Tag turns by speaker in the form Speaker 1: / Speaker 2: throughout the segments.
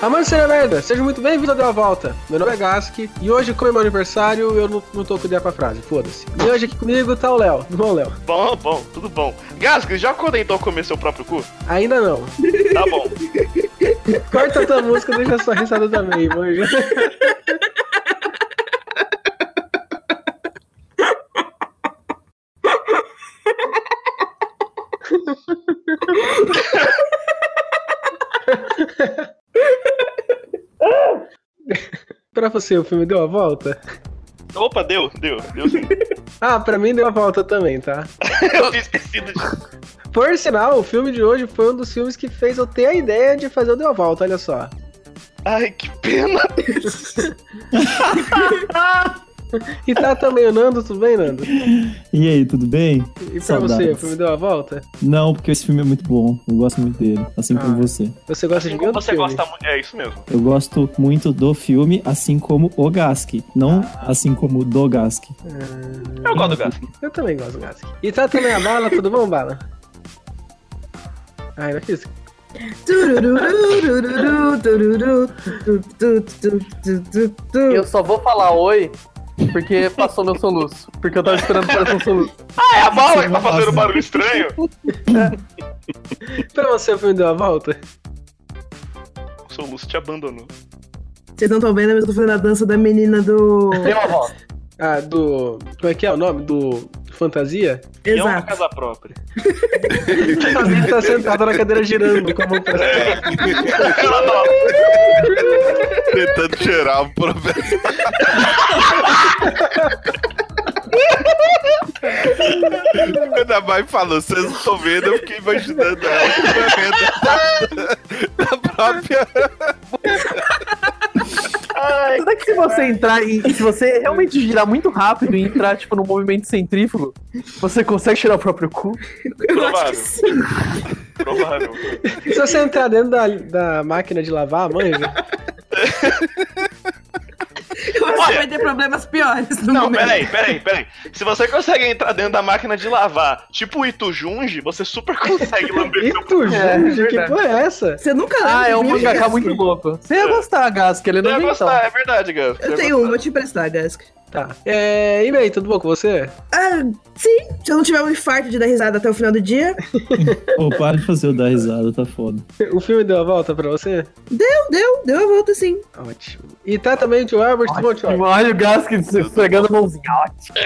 Speaker 1: Amantes da merda, sejam muito bem-vindos ao De Uma Volta. Meu nome é Gaski e hoje, como é meu aniversário, eu não, não tô com ideia pra frase, foda-se. E hoje aqui comigo tá o Léo. Tudo bom, Léo?
Speaker 2: Bom, bom, tudo bom. Gasco, já condentou comer seu próprio cu?
Speaker 1: Ainda não.
Speaker 2: Tá bom.
Speaker 1: Corta tua música e deixa a sua risada também, manja. pra você, o filme deu a volta?
Speaker 2: Opa, deu, deu, deu sim.
Speaker 1: Ah, pra mim deu a volta também, tá?
Speaker 2: Eu tinha esquecido disso.
Speaker 1: Por sinal, o filme de hoje foi um dos filmes que fez eu ter a ideia de fazer o Deu a Volta, olha só.
Speaker 2: Ai, que pena.
Speaker 1: E tá também o Nando, tudo bem, Nando?
Speaker 3: E aí, tudo bem?
Speaker 1: E pra
Speaker 3: Saudades.
Speaker 1: você, o filme deu a volta?
Speaker 3: Não, porque esse filme é muito bom. Eu gosto muito dele, assim
Speaker 1: Ah.
Speaker 3: como você.
Speaker 1: Você gosta
Speaker 2: Assim
Speaker 1: de mim
Speaker 2: como
Speaker 1: ou do
Speaker 2: você
Speaker 1: filme?
Speaker 2: gosta muito. É isso mesmo.
Speaker 3: Eu gosto muito do filme, assim como o Gask. Não assim como do Gask.
Speaker 2: Eu gosto do Gasco.
Speaker 1: Eu também gosto do Gask. E tá também a Bala, tudo bom, Bala? Ah, é Ai, não fiz.
Speaker 4: Eu só vou falar oi porque passou meu soluço. Porque eu tava esperando parecer um soluço.
Speaker 2: Ah, é a bala que tá
Speaker 3: Nossa.
Speaker 2: fazendo barulho estranho?
Speaker 1: Pra você, o filme deu a volta?
Speaker 2: O Soluço te abandonou.
Speaker 5: Vocês não estão vendo, mas eu tô fazendo a dança da menina do.
Speaker 4: Deu uma volta.
Speaker 1: Ah, do. Como é que é o nome? Do. Fantasia?
Speaker 2: E é uma
Speaker 5: Exato.
Speaker 2: casa própria.
Speaker 1: A Bia tá sentada na cadeira girando, um com a mão pra cima.
Speaker 2: Ela não.
Speaker 6: Tentando cheirar o professor. Quando a mãe falou, vocês não estão vendo, eu fiquei imaginando ela comendo da, da própria.
Speaker 4: Será que se você entrar e, e se você realmente girar muito rápido e entrar, tipo, num movimento centrífugo, você consegue tirar o próprio cu?
Speaker 2: Provável. Provável.
Speaker 1: Se você entrar dentro da, da máquina de lavar, manja.
Speaker 5: Eu acho que
Speaker 2: Olha.
Speaker 5: vai ter problemas piores no
Speaker 2: Não,
Speaker 5: momento.
Speaker 2: peraí, peraí, peraí. Se você consegue entrar dentro da máquina de lavar, tipo o Itujunji, você super consegue lamber seu
Speaker 1: Eita, Jorge, que
Speaker 4: verdade.
Speaker 1: porra é essa?
Speaker 5: Você nunca lembra.
Speaker 4: Ah, é um
Speaker 5: de mim,
Speaker 4: mangaká
Speaker 5: Gask?
Speaker 4: muito louco. Você ia gostar, Gas, que ele
Speaker 2: Você
Speaker 4: não
Speaker 2: ia
Speaker 4: vem
Speaker 2: gostar, é verdade, Gus. Você
Speaker 5: então. Eu
Speaker 2: ia
Speaker 5: tenho uma,
Speaker 2: gostar.
Speaker 5: vou te emprestar, Gask.
Speaker 1: Tá. É, e bem, tudo bom com você?
Speaker 5: Ah, sim, se eu não tiver um infarto de dar risada até o final do dia, então
Speaker 3: Pô, para de fazer eu dar risada, tá foda.
Speaker 1: O filme deu a volta pra você?
Speaker 5: deu, deu, deu a volta sim.
Speaker 1: Ótimo. E tá também o Tio Albert, tudo bom,
Speaker 4: é,
Speaker 1: Tio Albert?
Speaker 4: Olha o Gas que esfregando a mãozinha. Ótimo.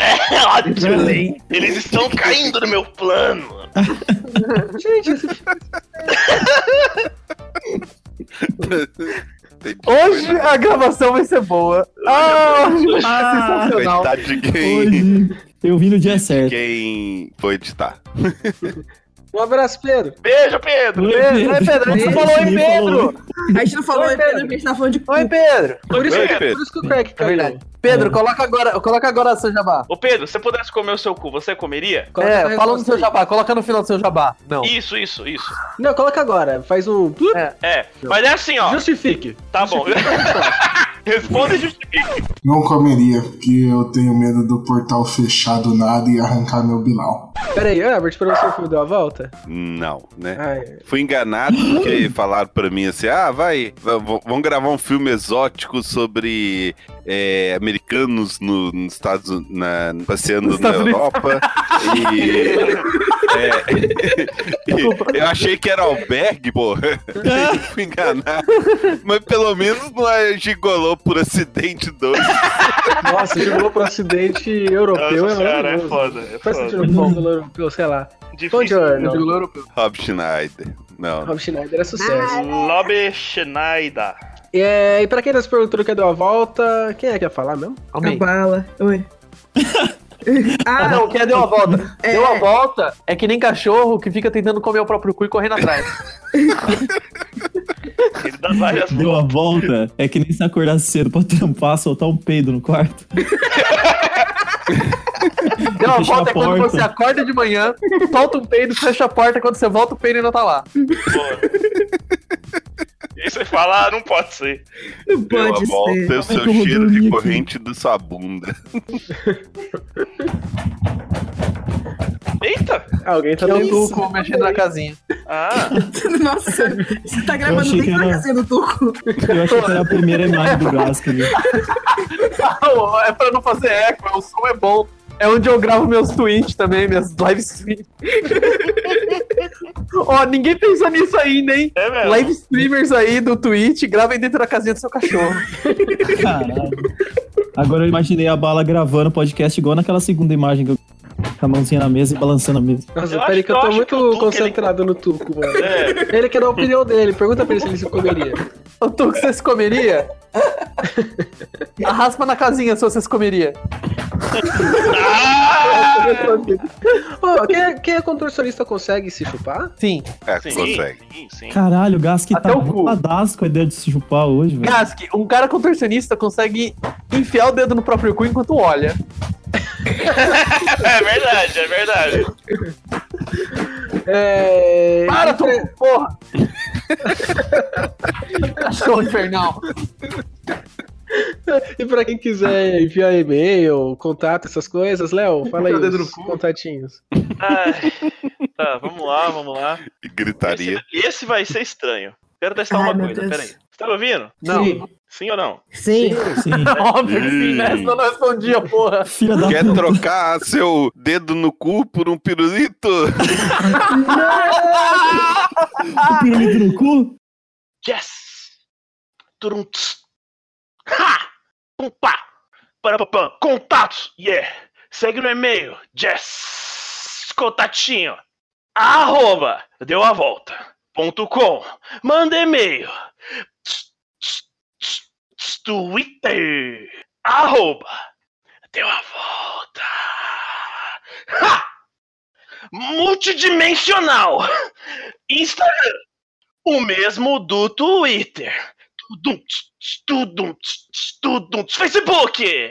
Speaker 2: Ótimo. Eles estão caindo no meu plano.
Speaker 1: Gente, esse filme...
Speaker 4: Hoje a gravação vai ser boa. Ah, hoje vai ser
Speaker 3: Ah,
Speaker 4: sensacional.
Speaker 6: Coitado de quem,
Speaker 3: Hoje, eu vim no dia certo.
Speaker 6: quem foi editar.
Speaker 1: Um abraço, Pedro.
Speaker 2: Beijo, Pedro.
Speaker 3: Oi,
Speaker 4: Pedro, oi, Pedro, a gente é, não falou oi,
Speaker 3: Ninguém falou
Speaker 4: Pedro.
Speaker 5: A gente não falou
Speaker 4: Oi,
Speaker 5: em Pedro, porque a gente tava falando de.
Speaker 4: Oi, Pedro.
Speaker 1: Por isso,
Speaker 6: Oi,
Speaker 1: que,
Speaker 6: Pedro.
Speaker 1: Por isso que o Craig
Speaker 4: É
Speaker 1: caiu.
Speaker 4: verdade. Pedro, coloca agora, coloca agora seu jabá.
Speaker 2: Ô Pedro, se você pudesse comer o seu cu, você comeria?
Speaker 1: Coloca a
Speaker 4: é,
Speaker 1: resposta
Speaker 4: fala no seu
Speaker 1: aí.
Speaker 4: jabá, coloca no final do seu jabá. Não.
Speaker 2: Isso, isso, isso.
Speaker 1: Não, coloca agora. Faz um...
Speaker 2: É. Mas é assim, ó.
Speaker 1: Justifique.
Speaker 2: Tá bom. Responda e justifica.
Speaker 7: Não comeria, porque eu tenho medo do portal fechar do nada e arrancar meu Bilal.
Speaker 1: Pera aí, Albert, pra você o filme deu a volta?
Speaker 6: Não, né?
Speaker 1: Ai,
Speaker 6: Fui enganado porque falaram pra mim assim: ah, vai, v- v- vamos gravar um filme exótico sobre é, americanos no- nos Estados Un- na, passeando
Speaker 4: Nos
Speaker 6: na
Speaker 4: Estados Unidos.
Speaker 6: Europa. é, E, é, eu achei que era albergue, pô. Fui enganado. Mas pelo menos não é gigolô por acidente dois.
Speaker 1: Nossa, jogou pro acidente europeu,
Speaker 2: Nossa
Speaker 1: é
Speaker 2: senhora, é
Speaker 1: maravilhoso.
Speaker 2: foda. É
Speaker 1: Parece que
Speaker 2: foda.
Speaker 1: tirou um pão do europeu, sei lá. Bom,
Speaker 2: Difícil.
Speaker 1: Jordan.
Speaker 6: Rob Schneider. Não.
Speaker 1: Rob Schneider é sucesso.
Speaker 2: Lobe Schneider.
Speaker 1: É, e pra quem não se perguntou o que deu a volta, quem é que ia falar mesmo?
Speaker 4: Calma
Speaker 5: A
Speaker 4: aí.
Speaker 5: bala. Oi.
Speaker 4: Ah,
Speaker 5: ah,
Speaker 4: não, que é deu a volta.
Speaker 5: É.
Speaker 4: Deu a volta é que nem cachorro que fica tentando comer o próprio cu e correndo atrás.
Speaker 2: Ele dá várias
Speaker 3: Deu a volta. É que nem se acordar cedo pra trampar, soltar um peido no quarto.
Speaker 4: Deu a
Speaker 3: Fechar a
Speaker 4: volta é quando
Speaker 3: porta.
Speaker 4: você acorda de manhã, solta um peido, fecha a porta, quando você volta o peido ainda tá lá.
Speaker 2: boas. E aí você fala, ah, não pode ser.
Speaker 5: não
Speaker 6: Deu a
Speaker 5: pode
Speaker 6: volta
Speaker 5: ser.
Speaker 6: e
Speaker 3: Como
Speaker 6: o
Speaker 3: é que eu
Speaker 6: seu
Speaker 3: vou
Speaker 6: cheiro
Speaker 3: dormir aqui?
Speaker 6: recorrente da né? sua bunda.
Speaker 2: Eita!
Speaker 1: Alguém tá
Speaker 4: Que eu
Speaker 1: tentando.
Speaker 5: isso?
Speaker 4: tuco mexendo na casinha.
Speaker 2: Ah,
Speaker 5: Nossa, você tá
Speaker 3: Eu
Speaker 5: gravando
Speaker 3: achei
Speaker 5: dentro
Speaker 3: que
Speaker 5: da
Speaker 3: era-
Speaker 5: casinha do Tuco.
Speaker 3: Eu achei que era a primeira imagem do Gask né? ali.
Speaker 4: Não, é pra não fazer eco, o som é bom. É onde eu gravo meus tweets também, minhas live streams. Ó, ninguém pensou nisso ainda, hein?
Speaker 2: é mesmo.
Speaker 4: Live streamers aí do Twitch, gravem dentro da casinha do seu cachorro.
Speaker 3: Caralho. Agora eu imaginei a bala gravando podcast igual naquela segunda imagem que eu com a mãozinha na mesa e balançando a mesa.
Speaker 1: Nossa,
Speaker 2: Eu
Speaker 1: peraí
Speaker 2: acho-
Speaker 1: que eu
Speaker 2: eu
Speaker 1: tô
Speaker 2: acho que o
Speaker 1: muito
Speaker 2: Tuco,
Speaker 1: concentrado no Tuco, mano.
Speaker 2: É,
Speaker 1: Ele quer dar a opinião dele, pergunta pra ele se ele se comeria.
Speaker 4: Ô, Tuco, você se comeria? A raspa na casinha se você se comeria. Ah!
Speaker 1: Ô, quem, quem é contorcionista consegue se chupar?
Speaker 4: Sim.
Speaker 6: É,
Speaker 2: sim,
Speaker 6: consegue.
Speaker 2: Sim, sim.
Speaker 3: Caralho, o Gask
Speaker 4: Até
Speaker 3: tá
Speaker 4: o cu.
Speaker 3: boladasco com a ideia de se chupar hoje, velho.
Speaker 4: Gask, um cara contorcionista consegue enfiar o dedo no próprio cu enquanto olha.
Speaker 2: É verdade, é verdade.
Speaker 1: É.
Speaker 4: Para,
Speaker 1: entre-
Speaker 4: Tuco, porra! Cachorro infernal.
Speaker 1: E pra quem quiser enviar e-mail, contato, essas coisas, Léo, fala aí
Speaker 8: Tá dentro
Speaker 1: os
Speaker 8: do cu.
Speaker 1: contatinhos.
Speaker 2: Ai, tá, vamos lá, vamos lá.
Speaker 6: Gritaria.
Speaker 2: Esse, esse vai ser estranho. Quero testar
Speaker 5: Ai,
Speaker 2: uma
Speaker 5: meu
Speaker 2: coisa,
Speaker 5: Deus.
Speaker 2: peraí. Você tá me ouvindo?
Speaker 4: Não.
Speaker 1: Sim.
Speaker 2: Sim ou não?
Speaker 5: Sim.
Speaker 3: Sim.
Speaker 4: Óbvio que sim, né? Senão eu não respondia, porra.
Speaker 3: Filha da
Speaker 6: Quer
Speaker 3: puta.
Speaker 6: trocar seu dedo no cu por um pirulito?
Speaker 3: O pirulito no cu?
Speaker 2: Yes! Turum tss. Ha! Pum pá! Parapapam! Contatos! Yeah! Segue no e-mail! Yes! Contatinho! Arroba! Deu a volta! Ponto com! Manda e-mail! Tss, tss, tss, tss, Twitter! Arroba! Deu a volta! Ha! Multidimensional! Instagram! O mesmo do Twitter. Tudum, tss, tss, tudum, tss, tss, tudum, tss. Facebook.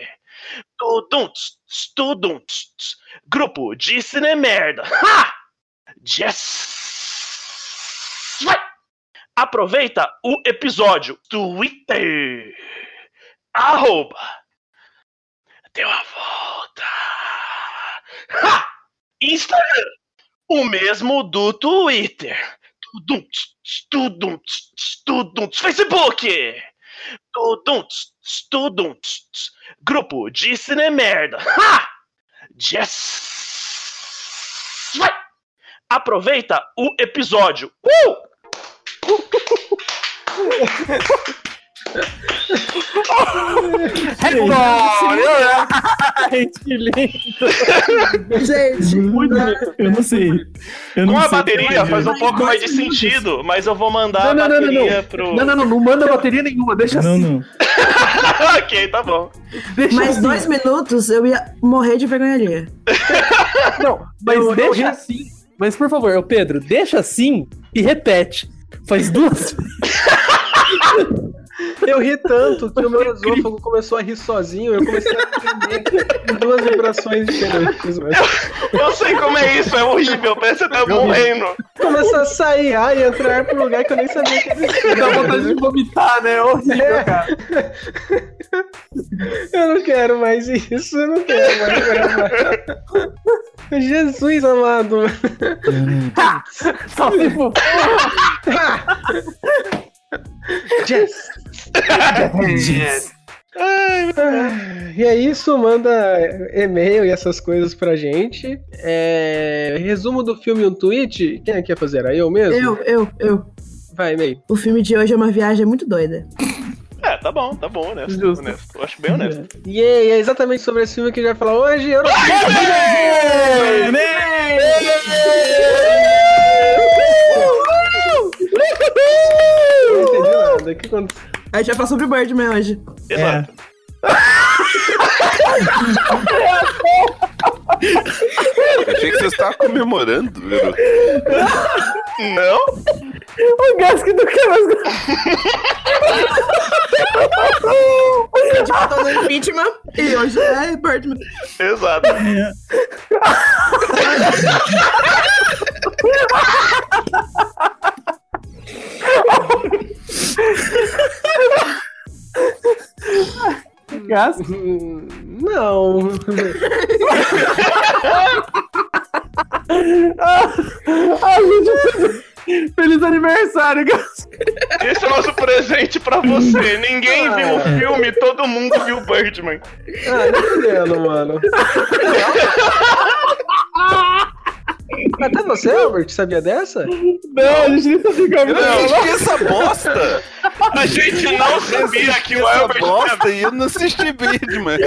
Speaker 2: Tudum, tss, tss, tudum, tss, tss. Grupo de Cinemerda. Ha! Yes! Vai! Aproveita o episódio Twitter. Arroba. Deu a volta. Ha! Instagram. O mesmo do Twitter. Tudum, tss, tss, tudum, tss, tss, tudum, tss. Facebook! Tudum, tss, tss, tudum, tss, tss. Grupo de Cinemerda. Ha! Yes! Vai! Aproveita o episódio. Uh!
Speaker 5: Gente,
Speaker 3: Muito Eu não sei. Eu não
Speaker 2: Com a
Speaker 3: sei
Speaker 2: bateria
Speaker 4: é,
Speaker 3: também,
Speaker 2: faz
Speaker 3: velho.
Speaker 2: um pouco mais de sentido, mas eu vou mandar
Speaker 4: Não,
Speaker 2: a
Speaker 4: não, não, não,
Speaker 2: bateria
Speaker 4: não.
Speaker 2: pro.
Speaker 4: Não, não, não, não manda bateria nenhuma, deixa
Speaker 3: Não,
Speaker 4: assim.
Speaker 3: não.
Speaker 2: ok, tá bom.
Speaker 4: Deixa
Speaker 5: mais
Speaker 4: assim.
Speaker 5: dois minutos eu ia morrer de vergonha alheia.
Speaker 4: Não, mas deixa assim. Mas por favor, ô Pedro, deixa assim e repete. Faz duas.
Speaker 1: Eu ri tanto que o meu esôfago começou a rir sozinho, eu comecei a tremer em duas vibrações diferentes. Mas
Speaker 2: Eu sei como é isso, é horrível, parece até morrendo.
Speaker 1: começou a sair ar e entrar ar pra um lugar que eu nem sabia que existia.
Speaker 4: Dá vontade de vomitar, né? É horrível, cara.
Speaker 1: Eu não quero mais isso, eu não quero mais. Eu quero mais. Jesus amado.
Speaker 4: Só se for.
Speaker 1: Yes.
Speaker 3: Yes.
Speaker 1: Ah, E é isso, manda e-mail e essas coisas pra gente. É, Resumo do filme um tweet. Quem é que ia fazer? Era eu mesmo?
Speaker 5: Eu, eu, eu.
Speaker 1: Vai, e-mail.
Speaker 5: O filme de hoje é uma viagem muito doida.
Speaker 2: É, tá bom, tá bom, honesto.
Speaker 4: Justo.
Speaker 2: honesto. Eu acho bem honesto.
Speaker 1: E é, é exatamente sobre esse filme que a gente vai falar hoje. Eu não não entendi nada. O que aconteceu?
Speaker 5: A gente vai falar sobre Birdman hoje.
Speaker 4: É.
Speaker 2: Exato.
Speaker 6: Achei que vocês estavam comemorando. viu?
Speaker 2: Não?
Speaker 4: O gás que não quer mais.
Speaker 5: A gente voltou no impeachment e hoje é Birdman.
Speaker 2: Exato.
Speaker 4: Gás?
Speaker 1: Hum, Não.
Speaker 4: Ah, ah, gente, feliz aniversário, Gus.
Speaker 2: Esse é o nosso presente pra você. Ninguém
Speaker 3: Ah,
Speaker 2: viu
Speaker 3: é.
Speaker 2: o filme, todo mundo viu o Birdman.
Speaker 1: Ah, não fudendo, mano. Até você, Albert, sabia dessa?
Speaker 4: Não, a gente nem tá ficando.
Speaker 6: Eu não assisti essa bosta!
Speaker 2: A gente não sabia que o
Speaker 6: essa
Speaker 3: é
Speaker 2: Albert
Speaker 6: bosta e eu não assisti Birdman.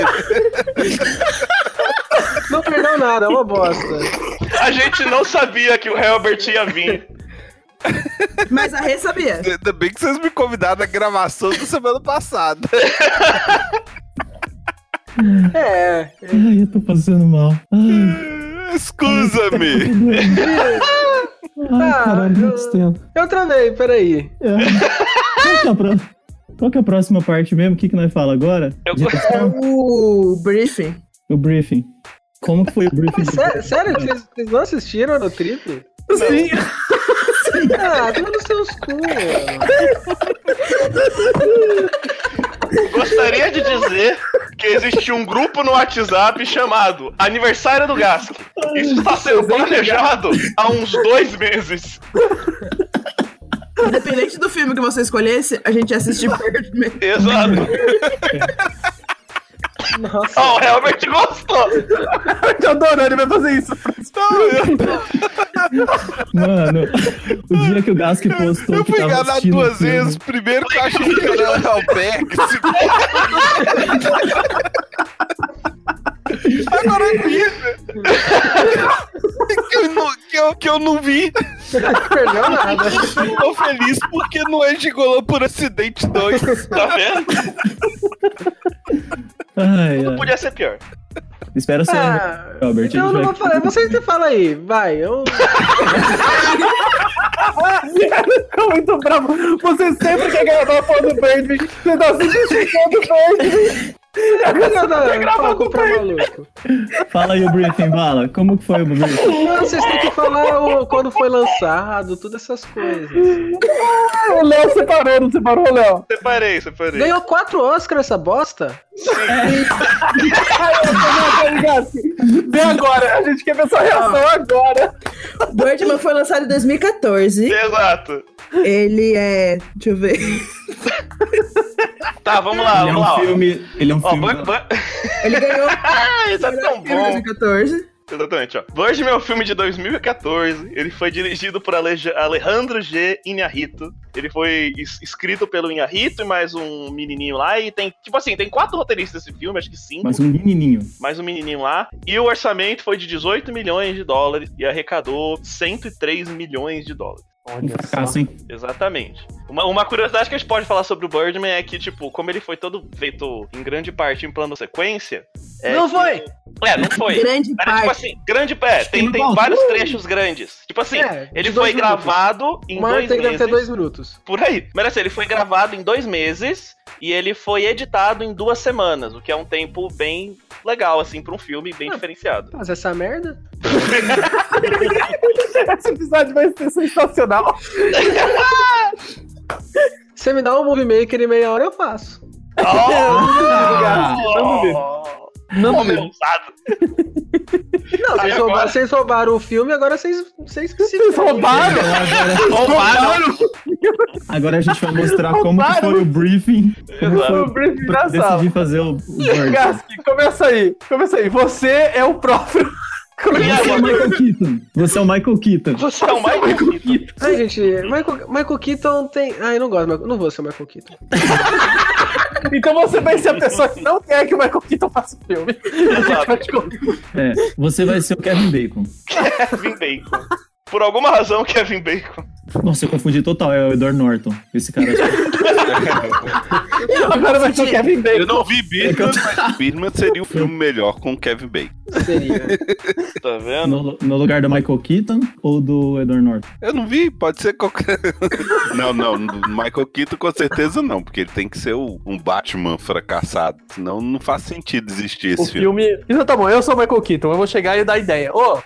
Speaker 1: Não perdeu nada, é uma bosta.
Speaker 2: A gente não sabia que o Helbert ia vir.
Speaker 5: Mas a Rê sabia.
Speaker 6: Ainda bem que vocês me convidaram na gravação da semana passada.
Speaker 1: É,
Speaker 3: Ai, eu tô passando mal. Ai,
Speaker 6: Escusa-me.
Speaker 3: tô doendo. Ai,
Speaker 1: Ah,
Speaker 3: caralho,
Speaker 1: eu-
Speaker 3: muito estendo.
Speaker 1: eu tronei, peraí.
Speaker 3: É. Qual que é a pro- Qual que é a próxima parte mesmo? O que, que nós fala agora?
Speaker 2: Eu-
Speaker 3: Digitação?
Speaker 5: O briefing.
Speaker 3: O briefing. Como que foi o briefing?
Speaker 1: Mas sé- sério, que vocês, vocês não assistiram no trip?
Speaker 4: Sim,
Speaker 1: Ah, toma nos seus cu, mano.
Speaker 2: Gostaria de dizer que existe um grupo no WhatsApp chamado Aniversário do Gask. Isso está sendo planejado há uns dois meses.
Speaker 5: Independente do filme que você escolhesse, a gente ia assistir Birdman.
Speaker 2: Exato.
Speaker 1: Nossa.
Speaker 2: Ó, o Helbert gostou.
Speaker 4: eu tô adorando, ele vai fazer isso.
Speaker 3: Mano, o dia que o Gask postou
Speaker 6: Eu
Speaker 3: que
Speaker 6: fui
Speaker 3: tava
Speaker 6: enganado
Speaker 3: assistindo o
Speaker 6: duas
Speaker 3: filme-
Speaker 6: vezes. Primeiro que eu achei que era Helberg. segundo- Agora eu vi. velho. que, eu não, que, eu, que eu não vi.
Speaker 1: perdeu nada.
Speaker 6: Eu tô feliz porque não é Gigolô por acidente 2.
Speaker 2: Tá vendo?
Speaker 3: Ai, ai.
Speaker 2: Podia ser pior.
Speaker 3: Espero ser.
Speaker 1: Ah,
Speaker 3: Albert, a
Speaker 1: eu
Speaker 3: gente
Speaker 1: não
Speaker 3: vai-
Speaker 1: vou falar, vocês que falam aí, vai. Eu...
Speaker 4: Tô muito bravo. Você sempre quer gravar fora do Birdman. Você tá se justificando do Birdman.
Speaker 1: Não, não, eu
Speaker 4: tá gravando
Speaker 1: foco pra maluco.
Speaker 3: Fala aí o briefing, Bala. Como que foi o briefing?
Speaker 1: Não, vocês têm que falar o- quando foi lançado, todas essas coisas.
Speaker 4: O Léo separou, não separou, Léo?
Speaker 2: Separei, separei.
Speaker 1: Ganhou quatro Oscars essa bosta?
Speaker 4: Ai, eu tô matando, Gassi. Vê Tá agora, a gente quer ver sua
Speaker 1: Ah.
Speaker 4: reação agora.
Speaker 5: Birdman foi lançado em 2014.
Speaker 2: Exato.
Speaker 5: Ele é. Deixa eu ver.
Speaker 2: Tá, vamos lá,
Speaker 3: ele é
Speaker 2: vamos
Speaker 3: um
Speaker 2: lá. ó.
Speaker 3: filme. Ele é um
Speaker 2: Ó,
Speaker 3: filme.
Speaker 2: Ban- Ban-
Speaker 5: Ele ganhou.
Speaker 2: Ah, isso é tão
Speaker 5: melhor filme em
Speaker 2: bom.
Speaker 5: 2014.
Speaker 2: Exatamente, ó. Birdman é um filme de 2014. Ele foi dirigido por Alej- Alejandro G. Inharito. Ele foi es- escrito pelo Inharito e mais um menininho lá. E tem, tipo assim, tem quatro roteiristas desse filme, acho que cinco,
Speaker 3: Mas um menininho.
Speaker 2: mais um menininho lá. E o orçamento foi de 18 milhões de dólares e arrecadou 103 milhões de dólares.
Speaker 3: Um fracasso, hein?
Speaker 2: Exatamente. Uma, uma curiosidade que a gente pode falar sobre o Birdman é que, tipo, como ele foi todo feito em grande parte em plano sequência. é
Speaker 1: não
Speaker 2: que-
Speaker 1: foi!
Speaker 2: É, não foi.
Speaker 5: Grande
Speaker 2: Era tipo
Speaker 5: parte.
Speaker 2: assim, grande pé, tem, tem
Speaker 3: Bom.
Speaker 2: vários trechos grandes. Tipo assim,
Speaker 1: É, de
Speaker 2: ele
Speaker 1: dois
Speaker 2: foi
Speaker 1: minutos.
Speaker 2: gravado em
Speaker 1: Uma
Speaker 2: dois
Speaker 1: tem que
Speaker 2: meses.
Speaker 1: deve ter dois minutos.
Speaker 2: Por aí. Mas assim, ele foi gravado em dois meses e ele foi editado em duas semanas, o que é um tempo bem legal, assim, pra um filme bem
Speaker 1: Ah.
Speaker 2: diferenciado.
Speaker 1: Mas essa merda?
Speaker 4: Esse episódio vai ser sensacional.
Speaker 1: Você me dá um movie maker em meia hora eu faço.
Speaker 2: Ah! Oh!
Speaker 1: Não,
Speaker 2: Homem ousado.
Speaker 1: não vocês,
Speaker 2: Aí
Speaker 1: roubaram,
Speaker 2: agora-
Speaker 1: vocês roubaram o filme, agora vocês, vocês que se.
Speaker 4: Vocês roubaram?
Speaker 3: Então, agora,
Speaker 2: Roubaram!
Speaker 3: agora a gente vai mostrar como que foi o briefing. Como
Speaker 2: Exato.
Speaker 3: foi
Speaker 4: O briefing
Speaker 3: pra
Speaker 4: da sala.
Speaker 3: decidir fazer o, o Birdman.
Speaker 4: Gassi, começa aí. Começa aí. Você é o próprio.
Speaker 3: Você
Speaker 4: Começa
Speaker 3: é o Michael Keaton. Você é o Michael Keaton.
Speaker 2: Você é o mais bonito.
Speaker 1: Ai, gente, Michael, Michael Keaton tem. Ai, eu não gosto, Michael- não vou ser o Michael Keaton.
Speaker 4: Então você vai ser a pessoa que não quer que o Michael Keaton faça o filme.
Speaker 3: É, você vai ser o Kevin Bacon.
Speaker 2: Kevin Bacon. Por alguma razão, Kevin Bacon.
Speaker 3: Nossa, eu confundi total. É o Edward Norton. Esse cara.
Speaker 4: Agora vai ser o Kevin
Speaker 6: É
Speaker 4: Bacon.
Speaker 6: Eu não vi Birdman, mas Birdman seria um filme melhor com Kevin Bacon.
Speaker 1: Seria.
Speaker 2: Tá vendo?
Speaker 3: No, no lugar do Michael Keaton ou do Edward Norton?
Speaker 6: Eu não vi, pode ser qualquer. não, não, no Michael Keaton com certeza não, porque ele tem que ser o- um Batman fracassado. Senão não faz sentido existir
Speaker 4: O
Speaker 6: esse filme.
Speaker 4: filme. Então tá bom, eu sou o Michael Keaton. Eu vou chegar e dar ideia. Ô,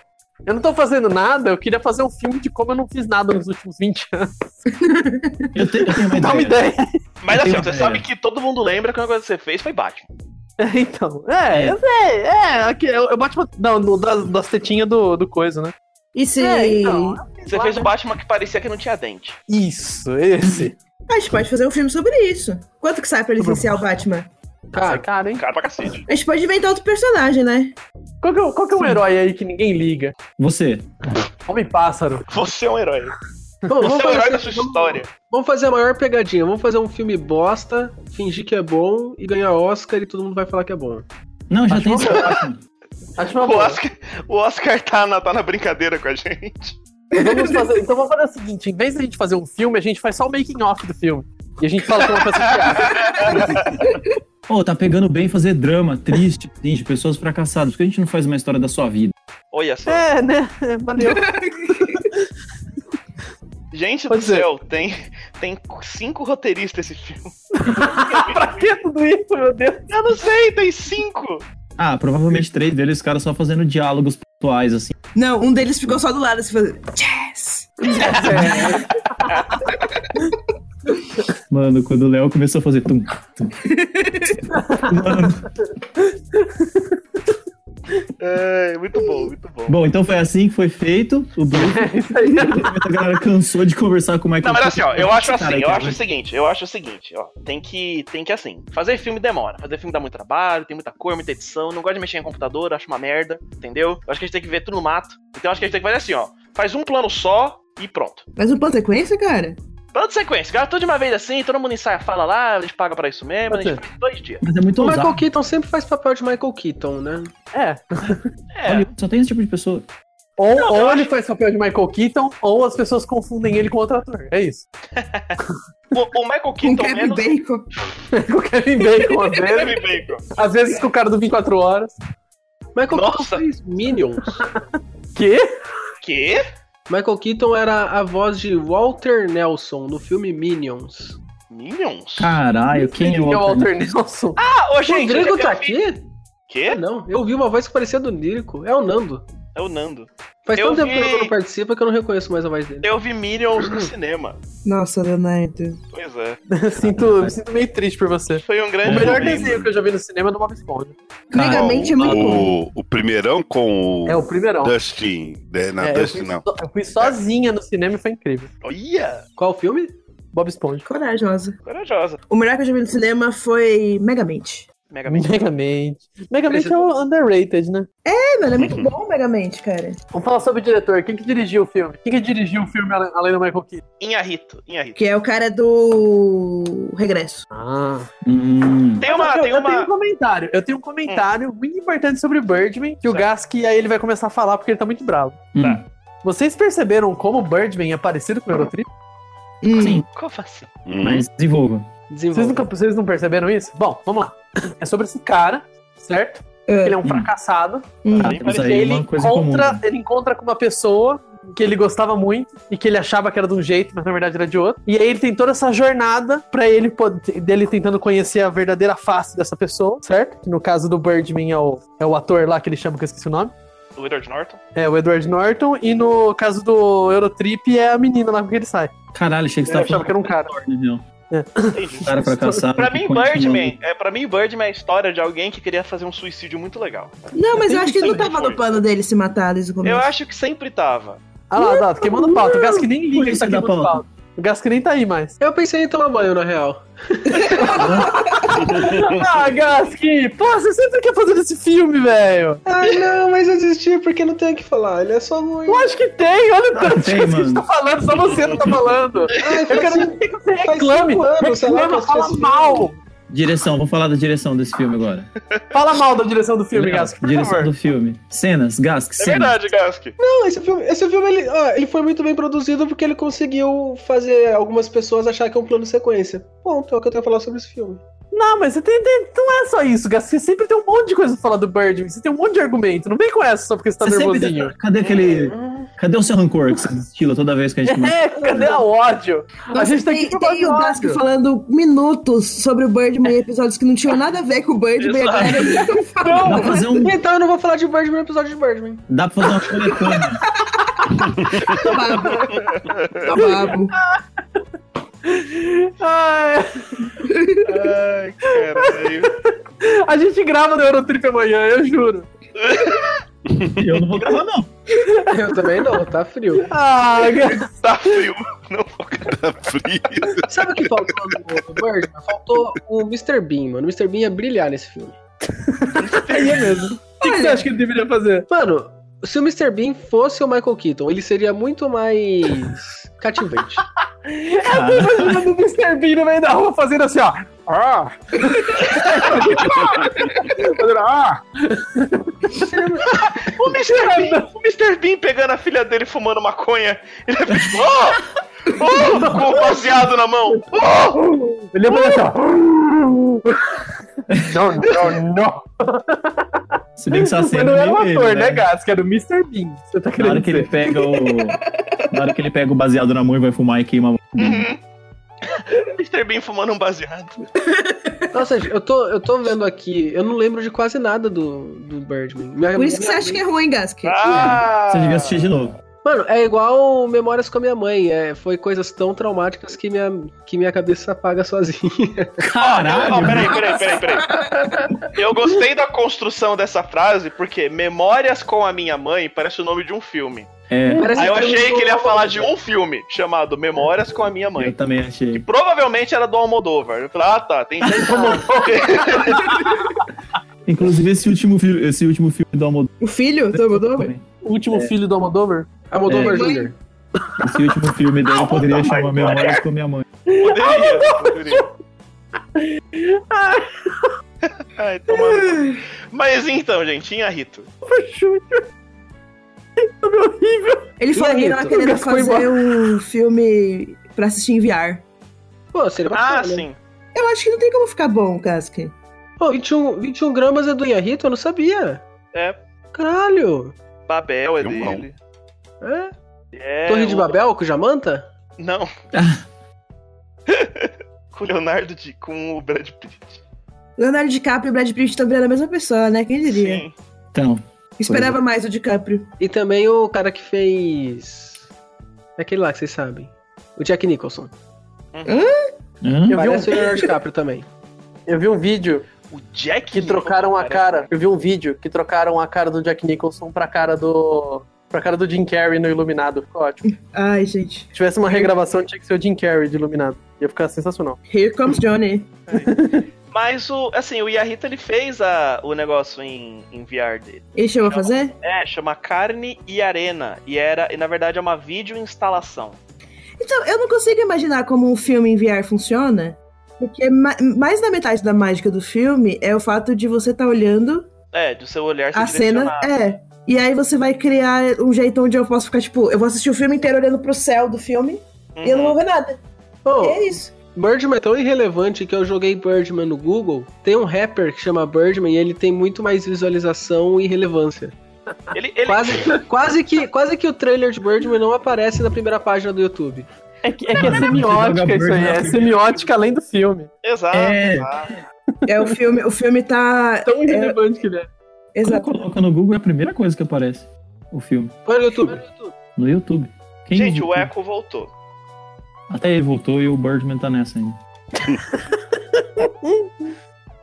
Speaker 4: eu não tô fazendo nada, eu queria fazer um filme de como eu não fiz nada nos últimos 20 anos. É.
Speaker 3: Eu, te, eu tenho uma
Speaker 4: Dá uma
Speaker 3: ideia.
Speaker 4: ideia.
Speaker 2: Mas
Speaker 3: Eu
Speaker 2: assim,
Speaker 3: tenho
Speaker 2: você
Speaker 3: ideia.
Speaker 2: sabe que todo mundo lembra que uma coisa que você fez foi Batman.
Speaker 4: É, tipo, Então, é, eu sei, é, aqui, eu, eu bati uma- não, no, das, das tetinhas do, do coisa, né?
Speaker 5: E se.
Speaker 4: É, então.
Speaker 2: Você fez o Batman que parecia que não tinha dente.
Speaker 4: Isso, esse.
Speaker 5: A gente pode fazer um filme sobre isso. Quanto que sai pra licenciar o Batman?
Speaker 4: Cara, Ah, cara, hein?
Speaker 2: Cara pra cacete.
Speaker 5: A gente pode inventar outro personagem, né?
Speaker 4: Qual que, é, o- qual que é um herói aí que ninguém liga?
Speaker 3: Você.
Speaker 4: Homem-pássaro.
Speaker 2: Você é um herói.
Speaker 1: Bom,
Speaker 2: Você é o
Speaker 1: fazer
Speaker 2: herói da
Speaker 1: assim,
Speaker 2: sua
Speaker 1: vamos-
Speaker 2: história.
Speaker 1: Vamos fazer a maior pegadinha. Vamos fazer um filme bosta, fingir que é bom e ganhar Oscar e todo mundo vai falar que é bom.
Speaker 3: Não, já
Speaker 4: Acho
Speaker 3: tem
Speaker 4: uma
Speaker 3: esse Batman.
Speaker 4: Acho uma
Speaker 2: O
Speaker 4: boa.
Speaker 2: Oscar, o Oscar tá, na, tá na brincadeira com a gente.
Speaker 4: Vamos fazer- então vamos fazer o seguinte: em vez da gente fazer um filme, a gente faz só o making off do filme. E a gente fala como fazer piada.
Speaker 3: Ô, tá pegando bem fazer drama, triste, assim, de pessoas fracassadas. Por que a gente não faz uma história da sua vida?
Speaker 2: Olha só.
Speaker 4: É, né? Valeu.
Speaker 2: Gente do
Speaker 4: Pode ser.
Speaker 2: céu, tem, tem cinco roteiristas esse filme.
Speaker 4: pra que tudo isso, meu Deus?
Speaker 2: Eu não sei, tem cinco.
Speaker 3: Ah, provavelmente três deles ficaram só fazendo diálogos pontuais, assim.
Speaker 5: Não, um deles ficou só do lado assim fazendo. Yes!
Speaker 3: Mano, quando o Léo começou a fazer tum, tum. Mano,
Speaker 2: É, muito bom, muito bom.
Speaker 3: bom, então foi assim que foi feito. O Bruce,
Speaker 4: É Isso aí.
Speaker 3: a galera cansou de conversar com o Michael.
Speaker 2: Não, mas assim, ó, eu acho assim,
Speaker 3: Cara,
Speaker 2: eu
Speaker 3: cara,
Speaker 2: acho o seguinte, eu acho o seguinte, ó, tem que, tem que assim, fazer filme demora, fazer filme dá muito trabalho, tem muita cor, muita edição, não gosto de mexer em computador, acho uma merda, entendeu? Eu acho que a gente tem que ver tudo no mato, então eu acho que a gente tem que fazer assim, ó, faz um plano só e pronto.
Speaker 5: Mas um plano sequência, cara?
Speaker 2: Plano de sequência, cara, tudo de uma vez assim, todo mundo ensaia, fala lá, a gente paga pra isso mesmo, a
Speaker 4: Pode
Speaker 2: gente faz dois dias.
Speaker 3: Mas é muito
Speaker 1: O Michael
Speaker 3: ousado.
Speaker 1: Keaton sempre faz papel de Michael Keaton, né?
Speaker 4: É.
Speaker 2: É,
Speaker 3: Olha, Só tem esse tipo de pessoa.
Speaker 4: Ou,
Speaker 2: Não, eu
Speaker 4: ou ele
Speaker 2: acho-
Speaker 4: faz papel de Michael Keaton, ou as pessoas confundem ele com outro ator. É isso.
Speaker 2: o, o Michael
Speaker 5: Com
Speaker 2: Keaton
Speaker 5: Kevin
Speaker 2: menos...
Speaker 5: Bacon.
Speaker 4: com o Kevin Bacon, às vezes.
Speaker 2: Kevin Bacon.
Speaker 4: Às vezes com o cara do 24 Horas.
Speaker 1: Michael
Speaker 2: Nossa.
Speaker 1: Keaton fez Minions.
Speaker 4: Que?
Speaker 2: Quê?
Speaker 1: Michael Keaton era a voz de Walter Nelson no filme Minions.
Speaker 2: Minions?
Speaker 3: Caralho, quem é o Walter?
Speaker 4: Nelson?
Speaker 2: Ah, ô,
Speaker 1: o
Speaker 2: gente,
Speaker 1: Rodrigo
Speaker 2: eu-
Speaker 1: tá
Speaker 2: eu vi-
Speaker 1: aqui? Ah,
Speaker 2: Quê?
Speaker 1: não, eu vi uma voz que parecia do Lírico. É o Nando.
Speaker 2: É o Nando.
Speaker 1: Faz
Speaker 2: Eu
Speaker 1: tanto tempo
Speaker 2: vi-
Speaker 1: que eu não participa que eu não reconheço mais a voz dele.
Speaker 2: Eu vi Minions no cinema.
Speaker 5: Nossa, Leonardo.
Speaker 2: Pois é.
Speaker 4: sinto, me sinto meio triste por você.
Speaker 2: Foi um
Speaker 4: O
Speaker 2: grande
Speaker 4: melhor
Speaker 2: momento.
Speaker 4: desenho que eu já vi no cinema é do Bob Esponja.
Speaker 3: Cara,
Speaker 5: Antigamente é muito bom.
Speaker 6: Ah, O, o primeirão com o
Speaker 4: É o primeirão.
Speaker 6: Dustin. né? Não,
Speaker 4: É, eu,
Speaker 6: Dustin
Speaker 4: fui
Speaker 6: não.
Speaker 4: so- eu fui sozinha no cinema e foi incrível.
Speaker 2: Olha,
Speaker 1: Qual filme?
Speaker 4: Bob Esponja.
Speaker 5: Corajosa.
Speaker 2: corajosa.
Speaker 5: O melhor que eu já vi no cinema foi Megamente.
Speaker 2: Mega Man.
Speaker 4: Megamente. Megamente é o underrated, né?
Speaker 5: É, mano, é muito bom o Megamente, cara.
Speaker 4: Vamos falar sobre o diretor. Quem que dirigiu o filme? Quem que dirigiu o filme ale- além do Michael Keaton?
Speaker 2: Inharito, Inharito.
Speaker 5: Que é o cara do Regresso.
Speaker 4: Ah.
Speaker 3: Hum,
Speaker 2: Tem uma,
Speaker 4: eu,
Speaker 2: tem
Speaker 4: eu tenho um
Speaker 2: uma.
Speaker 4: comentário. Eu tenho um comentário muito importante sobre Birdman, que o
Speaker 2: Certo.
Speaker 4: Gaski aí ele vai começar a falar porque ele tá muito bravo.
Speaker 3: hum.
Speaker 2: Tá.
Speaker 4: Vocês perceberam como Birdman é parecido com o Eurotrip?
Speaker 3: Sim,
Speaker 2: Como assim?
Speaker 6: Hum.
Speaker 3: mas desenvolva.
Speaker 1: Desenvolve.
Speaker 4: Vocês, nunca, vocês não perceberam isso? Bom, vamos lá. É sobre esse cara, certo? Ele é um
Speaker 3: Hum.
Speaker 4: fracassado.
Speaker 5: Hum.
Speaker 3: Tá,
Speaker 2: Bem
Speaker 3: temos
Speaker 4: E
Speaker 3: aí
Speaker 4: ele
Speaker 3: uma coisa em comum.
Speaker 4: encontra,
Speaker 3: né?
Speaker 4: ele encontra com uma pessoa que ele gostava muito e que ele achava que era de um jeito, mas na verdade era de outro. E aí ele tem toda essa jornada pra ele poder, dele tentando conhecer a verdadeira face dessa pessoa, certo? Que no caso do Birdman é o, é o ator lá que ele chama, que eu esqueci o nome.
Speaker 2: O Edward Norton?
Speaker 4: É o Edward Norton. E no caso do Eurotrip é a menina lá com que ele sai.
Speaker 3: Caralho, achei que você tava
Speaker 4: Eu achava que era um cara.
Speaker 3: falando.
Speaker 2: Entendi.
Speaker 3: Um cara tipo, fracassado.
Speaker 2: Pra
Speaker 3: que
Speaker 2: mim,
Speaker 3: continua-
Speaker 2: Birdman, é, pra mim, Birdman é a história de alguém que queria fazer um suicídio muito legal.
Speaker 5: Não, mas eu acho que ele não
Speaker 2: Sempre
Speaker 5: tava
Speaker 2: foi.
Speaker 5: no plano dele se matar desde o começo.
Speaker 2: Eu acho que sempre tava.
Speaker 4: Ah lá, Dato, queimando pauta. O Gask nem liga
Speaker 3: Por
Speaker 4: que
Speaker 3: isso
Speaker 4: tá
Speaker 3: que dá
Speaker 4: queimando
Speaker 3: pauta.
Speaker 4: pauta. O Gask nem tá aí mais.
Speaker 1: Eu pensei em tomar banho, na real.
Speaker 4: Ah, Gask! Pô, você sempre quer fazer esse filme, velho!
Speaker 1: Ah, não, mas eu desisti porque não tenho o que falar. Ele é só ruim.
Speaker 4: Lógico que tem, olha o tanto de
Speaker 3: tem,
Speaker 4: coisa que a gente tá
Speaker 3: mano.
Speaker 4: falando, só você não tá falando.
Speaker 1: Ai,
Speaker 4: Eu
Speaker 1: faz
Speaker 4: quero que você
Speaker 1: faz
Speaker 4: reclame,
Speaker 1: cinco anos, sei lá, que eu
Speaker 4: reclama,
Speaker 1: assisti
Speaker 4: fala
Speaker 1: esse
Speaker 4: mal.
Speaker 3: Direção, vamos falar da direção desse filme agora.
Speaker 4: Fala mal da direção do filme,
Speaker 3: Léo,
Speaker 4: Gask, por
Speaker 3: direção
Speaker 4: favor.
Speaker 3: do filme. Cenas, Gask,
Speaker 2: É
Speaker 3: cenas.
Speaker 2: verdade, Gask.
Speaker 1: Não, esse filme, esse filme ele, ah, ele foi muito bem produzido porque ele conseguiu fazer algumas pessoas achar que é um plano sequência. Ponto, é o que eu tenho a falar sobre esse filme.
Speaker 4: Não, mas você tem, tem- não é só isso, Gask. Você sempre tem um monte de coisa pra falar do Birdman. Você tem um monte de argumento. Não vem com essa só porque você tá
Speaker 3: Você sempre-
Speaker 4: nervosinho.
Speaker 3: Cadê aquele. Cadê o seu rancor que você destila toda vez que a gente começa?
Speaker 4: É, cadê a ódio?
Speaker 5: Nossa,
Speaker 4: a gente tá aqui
Speaker 5: tem,
Speaker 4: por
Speaker 5: tem o
Speaker 4: causa
Speaker 5: Gask
Speaker 4: de ódio.
Speaker 5: falando minutos sobre o Birdman e episódios que não tinham nada a ver com o Birdman.
Speaker 2: Exato.
Speaker 5: Agora eles estão falando.
Speaker 3: Dá pra fazer um.
Speaker 1: Então eu não vou falar de Birdman no episódio de Birdman.
Speaker 3: Dá pra fazer uma coletânea.
Speaker 5: Tá babo. Tá babo.
Speaker 4: Ai,
Speaker 2: Ai, caralho.
Speaker 4: a gente grava no Eurotrip amanhã, eu juro.
Speaker 3: Eu não vou gravar, não.
Speaker 1: Eu também não, tá frio.
Speaker 4: Ah,
Speaker 2: Tá frio. Não,
Speaker 6: Tá frio.
Speaker 1: Sabe o que faltou no Birdman? Faltou o Mr. Bean, mano. O Mr. Bean ia brilhar nesse filme.
Speaker 4: aí é mesmo. O que, que você acha que ele deveria fazer?
Speaker 1: Mano, se o Mr. Bean fosse o Michael Keaton, ele seria muito mais cativante.
Speaker 4: É, Imagina o um Mr. Bean no meio da rua fazendo assim, ó. Ah! Fazendo, ah!
Speaker 2: o Mr. Bean, o Mr. Bean pegando a filha dele fumando maconha. Ele é tipo, oh! Oh! Com o baseado na mão. Oh!
Speaker 4: Ele ia fazer assim, ó. Não, não, não.
Speaker 3: Se bem que essa
Speaker 4: Mas
Speaker 3: cena
Speaker 4: não
Speaker 3: nem
Speaker 4: era um
Speaker 3: dele,
Speaker 4: ator, né,
Speaker 3: né?
Speaker 4: Gats? Que era o Mr. Bean. Você tá
Speaker 3: Na
Speaker 4: querendo
Speaker 3: hora que
Speaker 4: dizer.
Speaker 3: ele pega o. Na hora que ele pega o baseado na mão e vai fumar e queima a mão.
Speaker 2: Mr. Bean fumando um baseado.
Speaker 1: Nossa, gente, eu tô, eu tô vendo aqui, eu não lembro de quase nada do, do Birdman. Minha-
Speaker 5: Por isso que
Speaker 1: minha-
Speaker 5: você acha que é ruim, Gasker.
Speaker 2: Ah!
Speaker 3: é? Você devia assistir de novo.
Speaker 1: Mano, é igual Memórias com a minha mãe. É, foi coisas tão traumáticas que minha, que minha cabeça apaga sozinha.
Speaker 3: Caralho!
Speaker 2: Ó, Ah. peraí, peraí, peraí, peraí. Eu gostei da construção dessa frase, porque Memórias com a Minha Mãe parece o nome de um filme.
Speaker 3: É,
Speaker 1: Parece
Speaker 2: Aí Ah, eu
Speaker 1: que
Speaker 2: achei
Speaker 1: tô-
Speaker 2: que ele ia falar de um filme chamado Memórias com a Minha
Speaker 3: eu
Speaker 2: Mãe.
Speaker 3: também achei.
Speaker 2: Provavelmente era do Almodóvar. Eu falei, ah tá, tem gente do Almodóvar.
Speaker 3: Inclusive, esse último, fi- esse último filme do Almodóvar.
Speaker 5: O filho do Almodóvar?
Speaker 3: também.
Speaker 4: O último filho do Almodóvar?
Speaker 1: Almodóvar
Speaker 3: É.
Speaker 1: Jr.
Speaker 3: Esse último filme dele poderia chamar Memórias com a minha mãe.
Speaker 2: Poderia, poderia. Ai, tomando. Mas então, gente, tinha Rito.
Speaker 5: Ele falou que ele tava
Speaker 1: Rito?
Speaker 5: querendo
Speaker 4: Gascou
Speaker 5: fazer um filme pra assistir em VR.
Speaker 1: Pô, seria bacana.
Speaker 2: Ah, sim.
Speaker 5: Eu acho que não tem como ficar bom, Gasker.
Speaker 1: né? Pô, 21, 21 gramas é do Iarrito? Eu não sabia.
Speaker 2: É.
Speaker 1: Caralho.
Speaker 2: Babel é
Speaker 6: Eu não.
Speaker 2: dele.
Speaker 1: É.
Speaker 2: É,
Speaker 1: Torre de
Speaker 2: o-
Speaker 1: Babel com Jamanta?
Speaker 2: Não. com o Leonardo Di, com o Brad Pitt.
Speaker 5: Leonardo DiCaprio e Brad Pitt também eram a mesma pessoa, né? Quem diria?
Speaker 2: Sim.
Speaker 3: Então,
Speaker 5: Esperava mais o DiCaprio.
Speaker 1: E também o cara que fez. Aquele lá que vocês sabem. O Jack Nicholson.
Speaker 3: hã?
Speaker 4: Eu vi, um
Speaker 1: Parece o
Speaker 4: vídeo,
Speaker 1: Leonardo DiCaprio também.
Speaker 4: eu vi um vídeo
Speaker 2: O Jack
Speaker 4: que trocaram a
Speaker 2: Nicholson,
Speaker 4: cara. Eu vi um vídeo que trocaram a cara do Jack Nicholson pra cara do. pra cara do Jim Carrey no Iluminado. Ficou ótimo.
Speaker 5: Ai, gente.
Speaker 4: Se tivesse uma regravação, tinha que ser o Jim Carrey de Iluminado. Ia ficar sensacional.
Speaker 5: Here comes Johnny.
Speaker 2: Mas o, assim, o Yahita ele fez a, o negócio em, em VR dele.
Speaker 5: Ele chegou a fazer?
Speaker 2: É, chama Carne e Arena. E era, e na verdade é uma videoinstalação.
Speaker 5: Então, eu não consigo imaginar como um filme em VR funciona. Porque ma- mais da metade da mágica do filme é o fato de você estar olhando
Speaker 2: É, do seu olhar ser
Speaker 5: a cena.
Speaker 2: direcionado.
Speaker 5: É. E aí você vai criar um jeito onde eu posso ficar, tipo, eu vou assistir o filme inteiro olhando pro céu do filme
Speaker 2: Uhum.
Speaker 5: e eu não vou ver nada.
Speaker 1: Pô,
Speaker 5: E é isso.
Speaker 1: Birdman é tão irrelevante que eu joguei Birdman no Google. Tem um rapper que chama Birdman e ele tem muito mais visualização e relevância.
Speaker 2: Ele, ele,
Speaker 1: Quase, quase, que, quase que o trailer de Birdman não aparece na primeira página do YouTube.
Speaker 4: É que é, que é
Speaker 3: joga
Speaker 4: semiótica isso aí.
Speaker 3: Birdman.
Speaker 4: É semiótica além do filme.
Speaker 2: Exato.
Speaker 3: É.
Speaker 2: exato.
Speaker 5: É o filme, o filme tá.
Speaker 4: É Tão irrelevante que ele é.
Speaker 3: Quando
Speaker 5: Exato.
Speaker 3: coloca no Google é a primeira coisa que aparece. O filme.
Speaker 1: Põe no YouTube.
Speaker 3: No YouTube. Quem
Speaker 2: Gente,
Speaker 3: viu?
Speaker 2: o Echo voltou.
Speaker 3: Até ele voltou e o Birdman tá nessa ainda.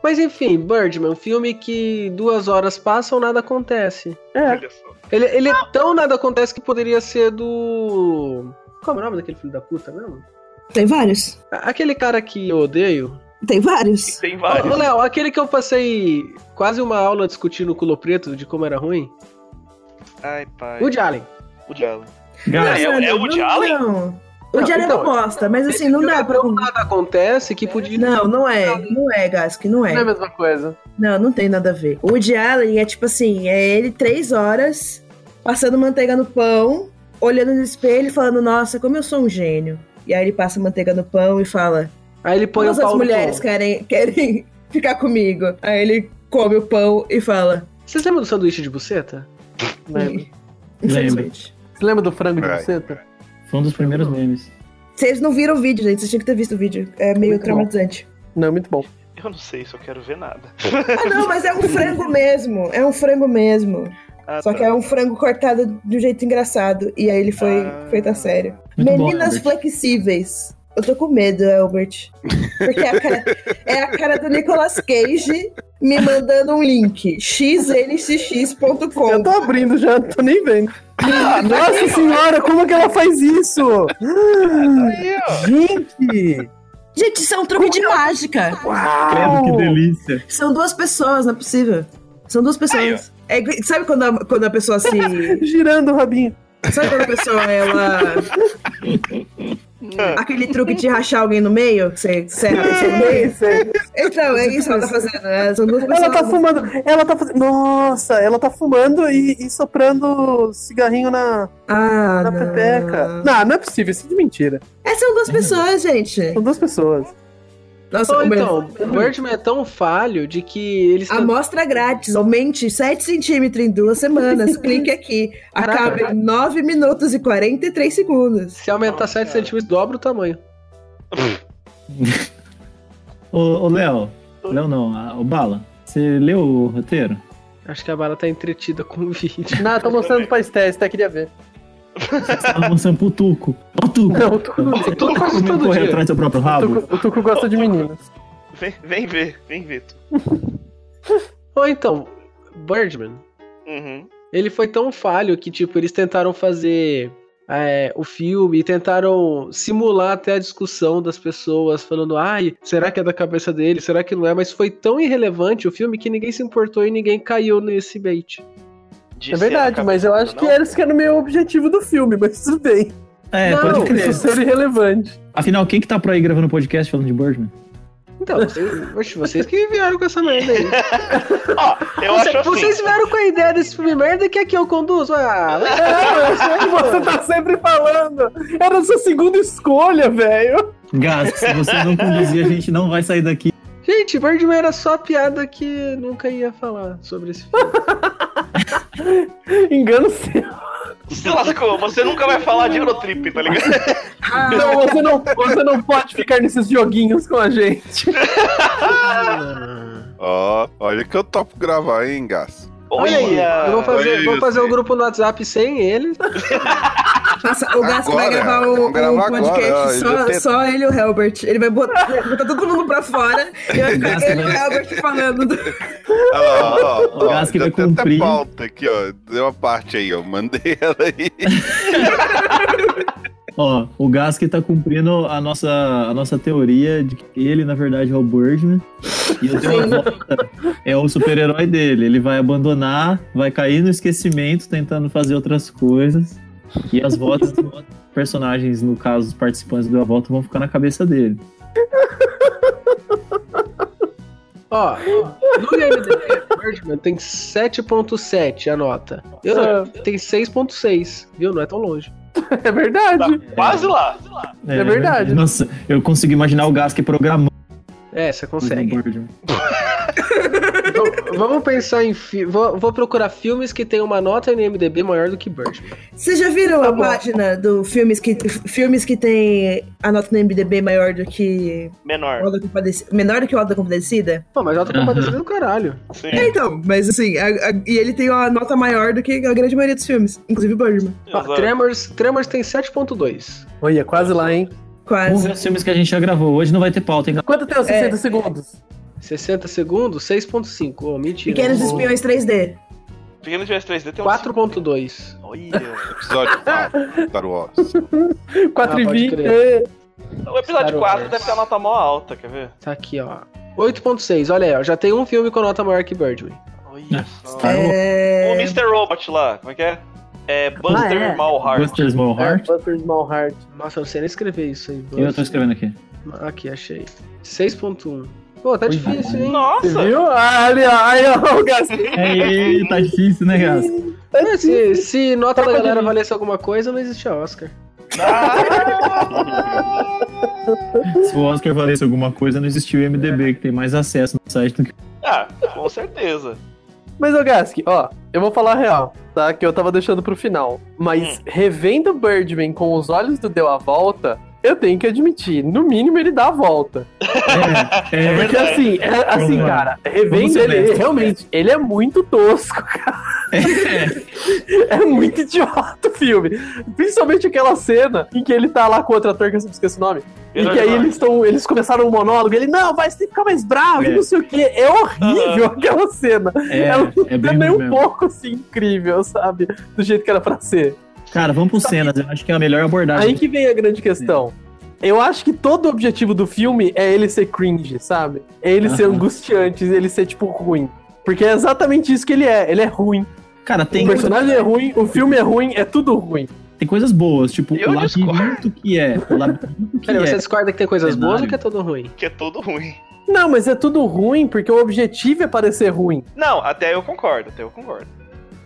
Speaker 1: Mas enfim, Birdman, um filme que duas horas passam, nada acontece.
Speaker 4: É.
Speaker 2: Olha só.
Speaker 1: Ele, ele é tão nada acontece que poderia ser do. Como é o nome daquele filho da puta mesmo?
Speaker 5: Tem vários.
Speaker 1: A- Aquele cara que eu odeio.
Speaker 5: Tem vários.
Speaker 2: Tem
Speaker 1: Ô,
Speaker 2: vários.
Speaker 1: Léo, aquele que eu passei quase uma aula discutindo o culo preto de como era ruim.
Speaker 2: Ai, pai.
Speaker 1: O Allen.
Speaker 2: O Jalen.
Speaker 3: Galera,
Speaker 2: é o- é o
Speaker 5: Não,
Speaker 2: de Allen?
Speaker 5: Não. O de
Speaker 1: Não,
Speaker 5: Allen eu
Speaker 1: então,
Speaker 5: gosto, mas assim, não
Speaker 1: Filme
Speaker 5: dá
Speaker 1: é
Speaker 5: pra.
Speaker 1: tão nada acontece que podia.
Speaker 5: Não, não é. Não é, Gask, não
Speaker 4: Não é a
Speaker 5: é.
Speaker 4: mesma coisa.
Speaker 5: Não, não tem nada a ver. O de Allen é tipo assim: é ele três horas passando manteiga no pão, olhando no espelho e falando, nossa, como eu sou um gênio. E aí ele passa manteiga no pão e fala:
Speaker 1: Aí ele põe
Speaker 5: Todas
Speaker 1: o pau
Speaker 5: as
Speaker 1: no
Speaker 5: mulheres
Speaker 1: pão.
Speaker 5: querem, querem ficar comigo. Aí ele come o pão e fala. "Hum,
Speaker 1: Vocês lembram do sanduíche de buceta?
Speaker 4: Lembra?
Speaker 5: Infelizmente.
Speaker 4: Você lembra do frango de
Speaker 6: Ai.
Speaker 4: buceta?
Speaker 3: foi um dos primeiros memes.
Speaker 5: Vocês não viram o vídeo, gente. Vocês tinham que ter visto o vídeo. É meio
Speaker 4: Muito bom.
Speaker 5: traumatizante.
Speaker 4: Não, muito bom.
Speaker 2: Eu não sei se eu quero ver nada.
Speaker 5: Ah, não, mas é um frango mesmo. É um frango mesmo.
Speaker 2: Ah,
Speaker 5: Só
Speaker 2: tá.
Speaker 5: que é um frango cortado de um jeito engraçado. E aí ele foi
Speaker 2: Ah.
Speaker 5: feito a sério.
Speaker 3: Muito
Speaker 5: Meninas
Speaker 3: bom, né, Albert.
Speaker 5: flexíveis. Eu tô com medo, Albert. Porque é a cara, é a cara do Nicolas Cage me mandando um link. xnxx.com.
Speaker 4: Eu tô abrindo já, não tô nem vendo. Ah, Nossa senhora, como que ela faz isso?
Speaker 2: Aí, ó.
Speaker 3: Ah.
Speaker 4: Gente!
Speaker 5: Gente, isso é um truque de mágica.
Speaker 3: Credo, que delícia.
Speaker 5: São duas pessoas, não é possível. São duas pessoas. É igui- sabe quando a, quando a pessoa se.
Speaker 4: Girando o rabinho.
Speaker 5: Sabe quando a pessoa, ela.
Speaker 4: Hum.
Speaker 2: Ah,
Speaker 5: Aquele truque de rachar alguém no meio? que Você serra a pessoa no meio? Então, é isso que ela tá fazendo. né? São duas pessoas.
Speaker 4: Ela tá fumando, ela tá fazendo. Nossa, ela tá fumando e, e soprando cigarrinho na,
Speaker 5: Ah,
Speaker 4: na
Speaker 5: não.
Speaker 4: pepeca. Não, não é possível, isso é de mentira.
Speaker 5: É, são duas pessoas, gente.
Speaker 4: São duas pessoas.
Speaker 5: Nossa,
Speaker 1: Ou
Speaker 5: aumenta-
Speaker 1: então, o Birdman é tão falho de que eles estão
Speaker 5: Amostra grátis, aumente 7 centímetros em duas semanas. Clique aqui. Acaba em 9 minutos e 43 segundos.
Speaker 1: Se aumentar 7
Speaker 2: cara.
Speaker 1: centímetros, dobra o tamanho.
Speaker 3: Ô, ô Léo. Léo não, a- o Bala. Você leu o roteiro?
Speaker 1: Acho que a bala tá entretida com o vídeo.
Speaker 4: Não, tô mostrando pra Estés, até queria ver.
Speaker 3: Você tava mostrando pro Tuco. Ó, o Tuco.
Speaker 4: Não, o Tuco,
Speaker 1: Eu tô quase
Speaker 3: Como
Speaker 1: todo
Speaker 3: correr
Speaker 1: dia.
Speaker 3: atrás do seu próprio
Speaker 4: o
Speaker 3: rabo?
Speaker 4: Tuco- o Tuco gosta de meninas.
Speaker 2: Vem, vem ver, vem ver. tu.
Speaker 1: Ou então, Birdman,
Speaker 2: Uhum.
Speaker 1: ele foi tão falho que, tipo, eles tentaram fazer é, o filme e tentaram simular até a discussão das pessoas, falando, ai, será que é da cabeça dele? Será que não é? Mas foi tão irrelevante o filme que ninguém se importou e ninguém caiu nesse bait.
Speaker 2: De
Speaker 4: É
Speaker 2: ser
Speaker 4: verdade,
Speaker 2: a
Speaker 4: mas
Speaker 2: cabeça
Speaker 4: eu
Speaker 2: do
Speaker 4: acho que
Speaker 2: não.
Speaker 4: esse que era o meu objetivo do filme, mas tudo bem.
Speaker 3: É,
Speaker 1: Não,
Speaker 3: pode
Speaker 4: Isso
Speaker 3: crer.
Speaker 4: ser irrelevante.
Speaker 3: Afinal, quem que tá por aí gravando podcast falando de Birdman?
Speaker 1: Então, vocês, oxe, vocês que vieram com essa merda aí.
Speaker 4: é-
Speaker 2: Ó, eu
Speaker 1: Vocês-
Speaker 2: acho assim.
Speaker 1: vocês vieram com a ideia desse filme merda que aqui eu conduzo. Ah, vai
Speaker 4: É, Você tá sempre falando. Era a sua segunda escolha, velho.
Speaker 3: Gato, se você não conduzir, a gente não vai sair daqui.
Speaker 1: Gente, Birdman era só a piada que nunca ia falar sobre esse filme.
Speaker 4: Engano seu.
Speaker 2: Se lascou, você nunca vai falar de Eurotrip, tá ligado?
Speaker 4: Não, você não, você não pode ficar nesses joguinhos com a gente.
Speaker 6: Ó, olha que eu topo gravar, hein, Gas?
Speaker 1: Olha aí, eu vou fazer,
Speaker 6: olha
Speaker 1: vou
Speaker 6: isso
Speaker 1: fazer um
Speaker 6: aí.
Speaker 1: grupo no WhatsApp sem ele.
Speaker 5: Nossa, o Gasco vai
Speaker 6: Agora,
Speaker 5: gravar o,
Speaker 6: vamos
Speaker 5: o
Speaker 6: gravar
Speaker 5: podcast
Speaker 6: agora, ó, ele
Speaker 5: só,
Speaker 6: já tem-
Speaker 5: só ele e o Helbert. Ele vai botar, vai botar todo mundo pra fora e vai ficar ele e o Helbert falando. do-
Speaker 6: Olha lá, ó, ó,
Speaker 3: O Gas que
Speaker 6: já
Speaker 3: vai
Speaker 6: tem
Speaker 3: cumprir.
Speaker 6: até pauta aqui, ó. Deu uma parte aí, ó. Mandei ela aí.
Speaker 3: Ó, o Gas que tá cumprindo a nossa, a nossa teoria de que ele, na verdade, é o Birdman. E o Devolta é o super-herói dele. Ele vai abandonar, vai cair no esquecimento, tentando fazer outras coisas. E as vozes dos personagens, no caso, os participantes do A Volta, vão ficar na cabeça dele.
Speaker 1: Ó, no IMDb, Birdman tem 7.7 a nota. Eu tem 6.6, viu? Não é tão longe.
Speaker 4: É verdade.
Speaker 2: Quase lá.
Speaker 4: É verdade.
Speaker 3: Nossa, eu consigo imaginar o Gas que programando
Speaker 1: É, você
Speaker 3: o
Speaker 1: consegue.
Speaker 3: Birdman.
Speaker 1: Então, vamos pensar em. fi- Vou, vou procurar filmes que tem uma nota no IMDb maior do que Birdman.
Speaker 5: Vocês já viram
Speaker 4: Tá
Speaker 5: a
Speaker 4: bom.
Speaker 5: página do filmes que, filmes que tem a nota no MDB maior do que
Speaker 4: É.
Speaker 2: Menor.
Speaker 5: o Alda Compadecida? Menor do que o Alda Compadecida?
Speaker 1: Pô, mas nota compadecida do caralho.
Speaker 2: Sim.
Speaker 5: É, então, mas assim, a- a- e ele tem uma nota maior do que a grande maioria dos filmes, inclusive o Birdman.
Speaker 1: Ó,
Speaker 2: Exato.
Speaker 1: Tremors, Tremors tem 7.2.
Speaker 4: Olha, quase lá, hein?
Speaker 3: Vamos
Speaker 5: Quase.
Speaker 3: ver os filmes que a gente já gravou. Hoje não vai ter pauta, hein?
Speaker 4: Quanto tem os 60 segundos?
Speaker 1: 60 segundos, 6.5. Ô, mentira.
Speaker 5: Pequenos Espiões 3D.
Speaker 2: Pequeno Tivesse 3D tem um
Speaker 1: 4.2.
Speaker 2: Olha.
Speaker 6: Episódio 4, Star Wars.
Speaker 4: 4 e eh,
Speaker 1: pode
Speaker 4: 20.
Speaker 1: crer.
Speaker 2: O episódio
Speaker 1: Star
Speaker 2: 4
Speaker 1: Wars.
Speaker 2: deve ter a nota mó alta, quer ver?
Speaker 1: Tá aqui, ó. 8.6, olha aí, ó. Já tem um filme com nota maior que Birdman.
Speaker 2: Olha só.
Speaker 3: Star Wars,
Speaker 5: É...
Speaker 2: O Mr. Robot lá, como é que é? É Buster
Speaker 5: Ah, é.
Speaker 2: Malhart.
Speaker 3: Buster Smallheart.
Speaker 4: Butter Small Heart.
Speaker 1: Nossa, eu não sei nem escrever isso aí.
Speaker 3: Eu tô escrevendo aqui.
Speaker 1: Aqui, achei. 6.1. Pô, tá
Speaker 3: é.
Speaker 1: difícil, hein?
Speaker 4: Você
Speaker 2: Nossa!
Speaker 4: viu? Ah, ali, ó. Aí, ó, o Gas.
Speaker 3: Ei, tá difícil, né, Gas?
Speaker 1: É, se, se nota da
Speaker 4: Troca de
Speaker 1: galera
Speaker 4: mim.
Speaker 1: valesse alguma coisa, não existia Oscar.
Speaker 3: Se o Oscar valesse alguma coisa, não existiu o MDB, que tem mais acesso no site do que
Speaker 2: Ah, com certeza.
Speaker 4: Mas, ô Gask, ó, eu vou falar a real, tá? Que eu tava deixando pro final. Mas revendo Birdman com os olhos do Deu a Volta, eu tenho que admitir, no mínimo ele dá a volta.
Speaker 3: é.
Speaker 2: É
Speaker 3: é.
Speaker 2: verdade.
Speaker 4: Porque assim, é- assim,
Speaker 3: Vamos lá.
Speaker 4: cara, revendo
Speaker 3: ser
Speaker 4: ele,
Speaker 3: honestos.
Speaker 4: realmente, ele é muito tosco, cara. É muito idiota o filme. Principalmente aquela cena em que ele tá lá com outro ator, que eu sempre esqueço o nome. E que aí eles, estão eles começaram um monólogo. Ele, não, vai você tem que ficar mais bravo, e
Speaker 3: É.
Speaker 4: não sei o quê. É horrível aquela cena.
Speaker 3: É,
Speaker 4: Ela não
Speaker 3: é
Speaker 4: é
Speaker 3: bem
Speaker 4: nem
Speaker 3: ruim
Speaker 4: um
Speaker 3: mesmo.
Speaker 4: pouco assim incrível, sabe? Do jeito que era pra ser.
Speaker 3: Cara, vamos pro cenas. Eu acho que é a melhor abordagem.
Speaker 4: Aí que vem a grande questão. Eu acho que todo o objetivo do filme é ele ser cringe, sabe? É ele ser
Speaker 3: Aham.
Speaker 4: angustiante, ele ser, tipo, ruim. Porque é exatamente isso que ele é. Ele é ruim.
Speaker 3: Cara, tem,
Speaker 4: o personagem é ruim, o filme é ruim, é tudo ruim.
Speaker 3: tem coisas boas. Tipo,
Speaker 2: Eu
Speaker 3: o labirinto que é. O labirinto que
Speaker 1: Peraí, você
Speaker 3: é.
Speaker 1: discorda que tem coisas
Speaker 3: Cenário.
Speaker 1: boas ou que é todo ruim?
Speaker 2: Que é todo ruim.
Speaker 4: Não, mas é tudo ruim porque o objetivo é parecer ruim.
Speaker 2: Não, até eu concordo, até eu concordo.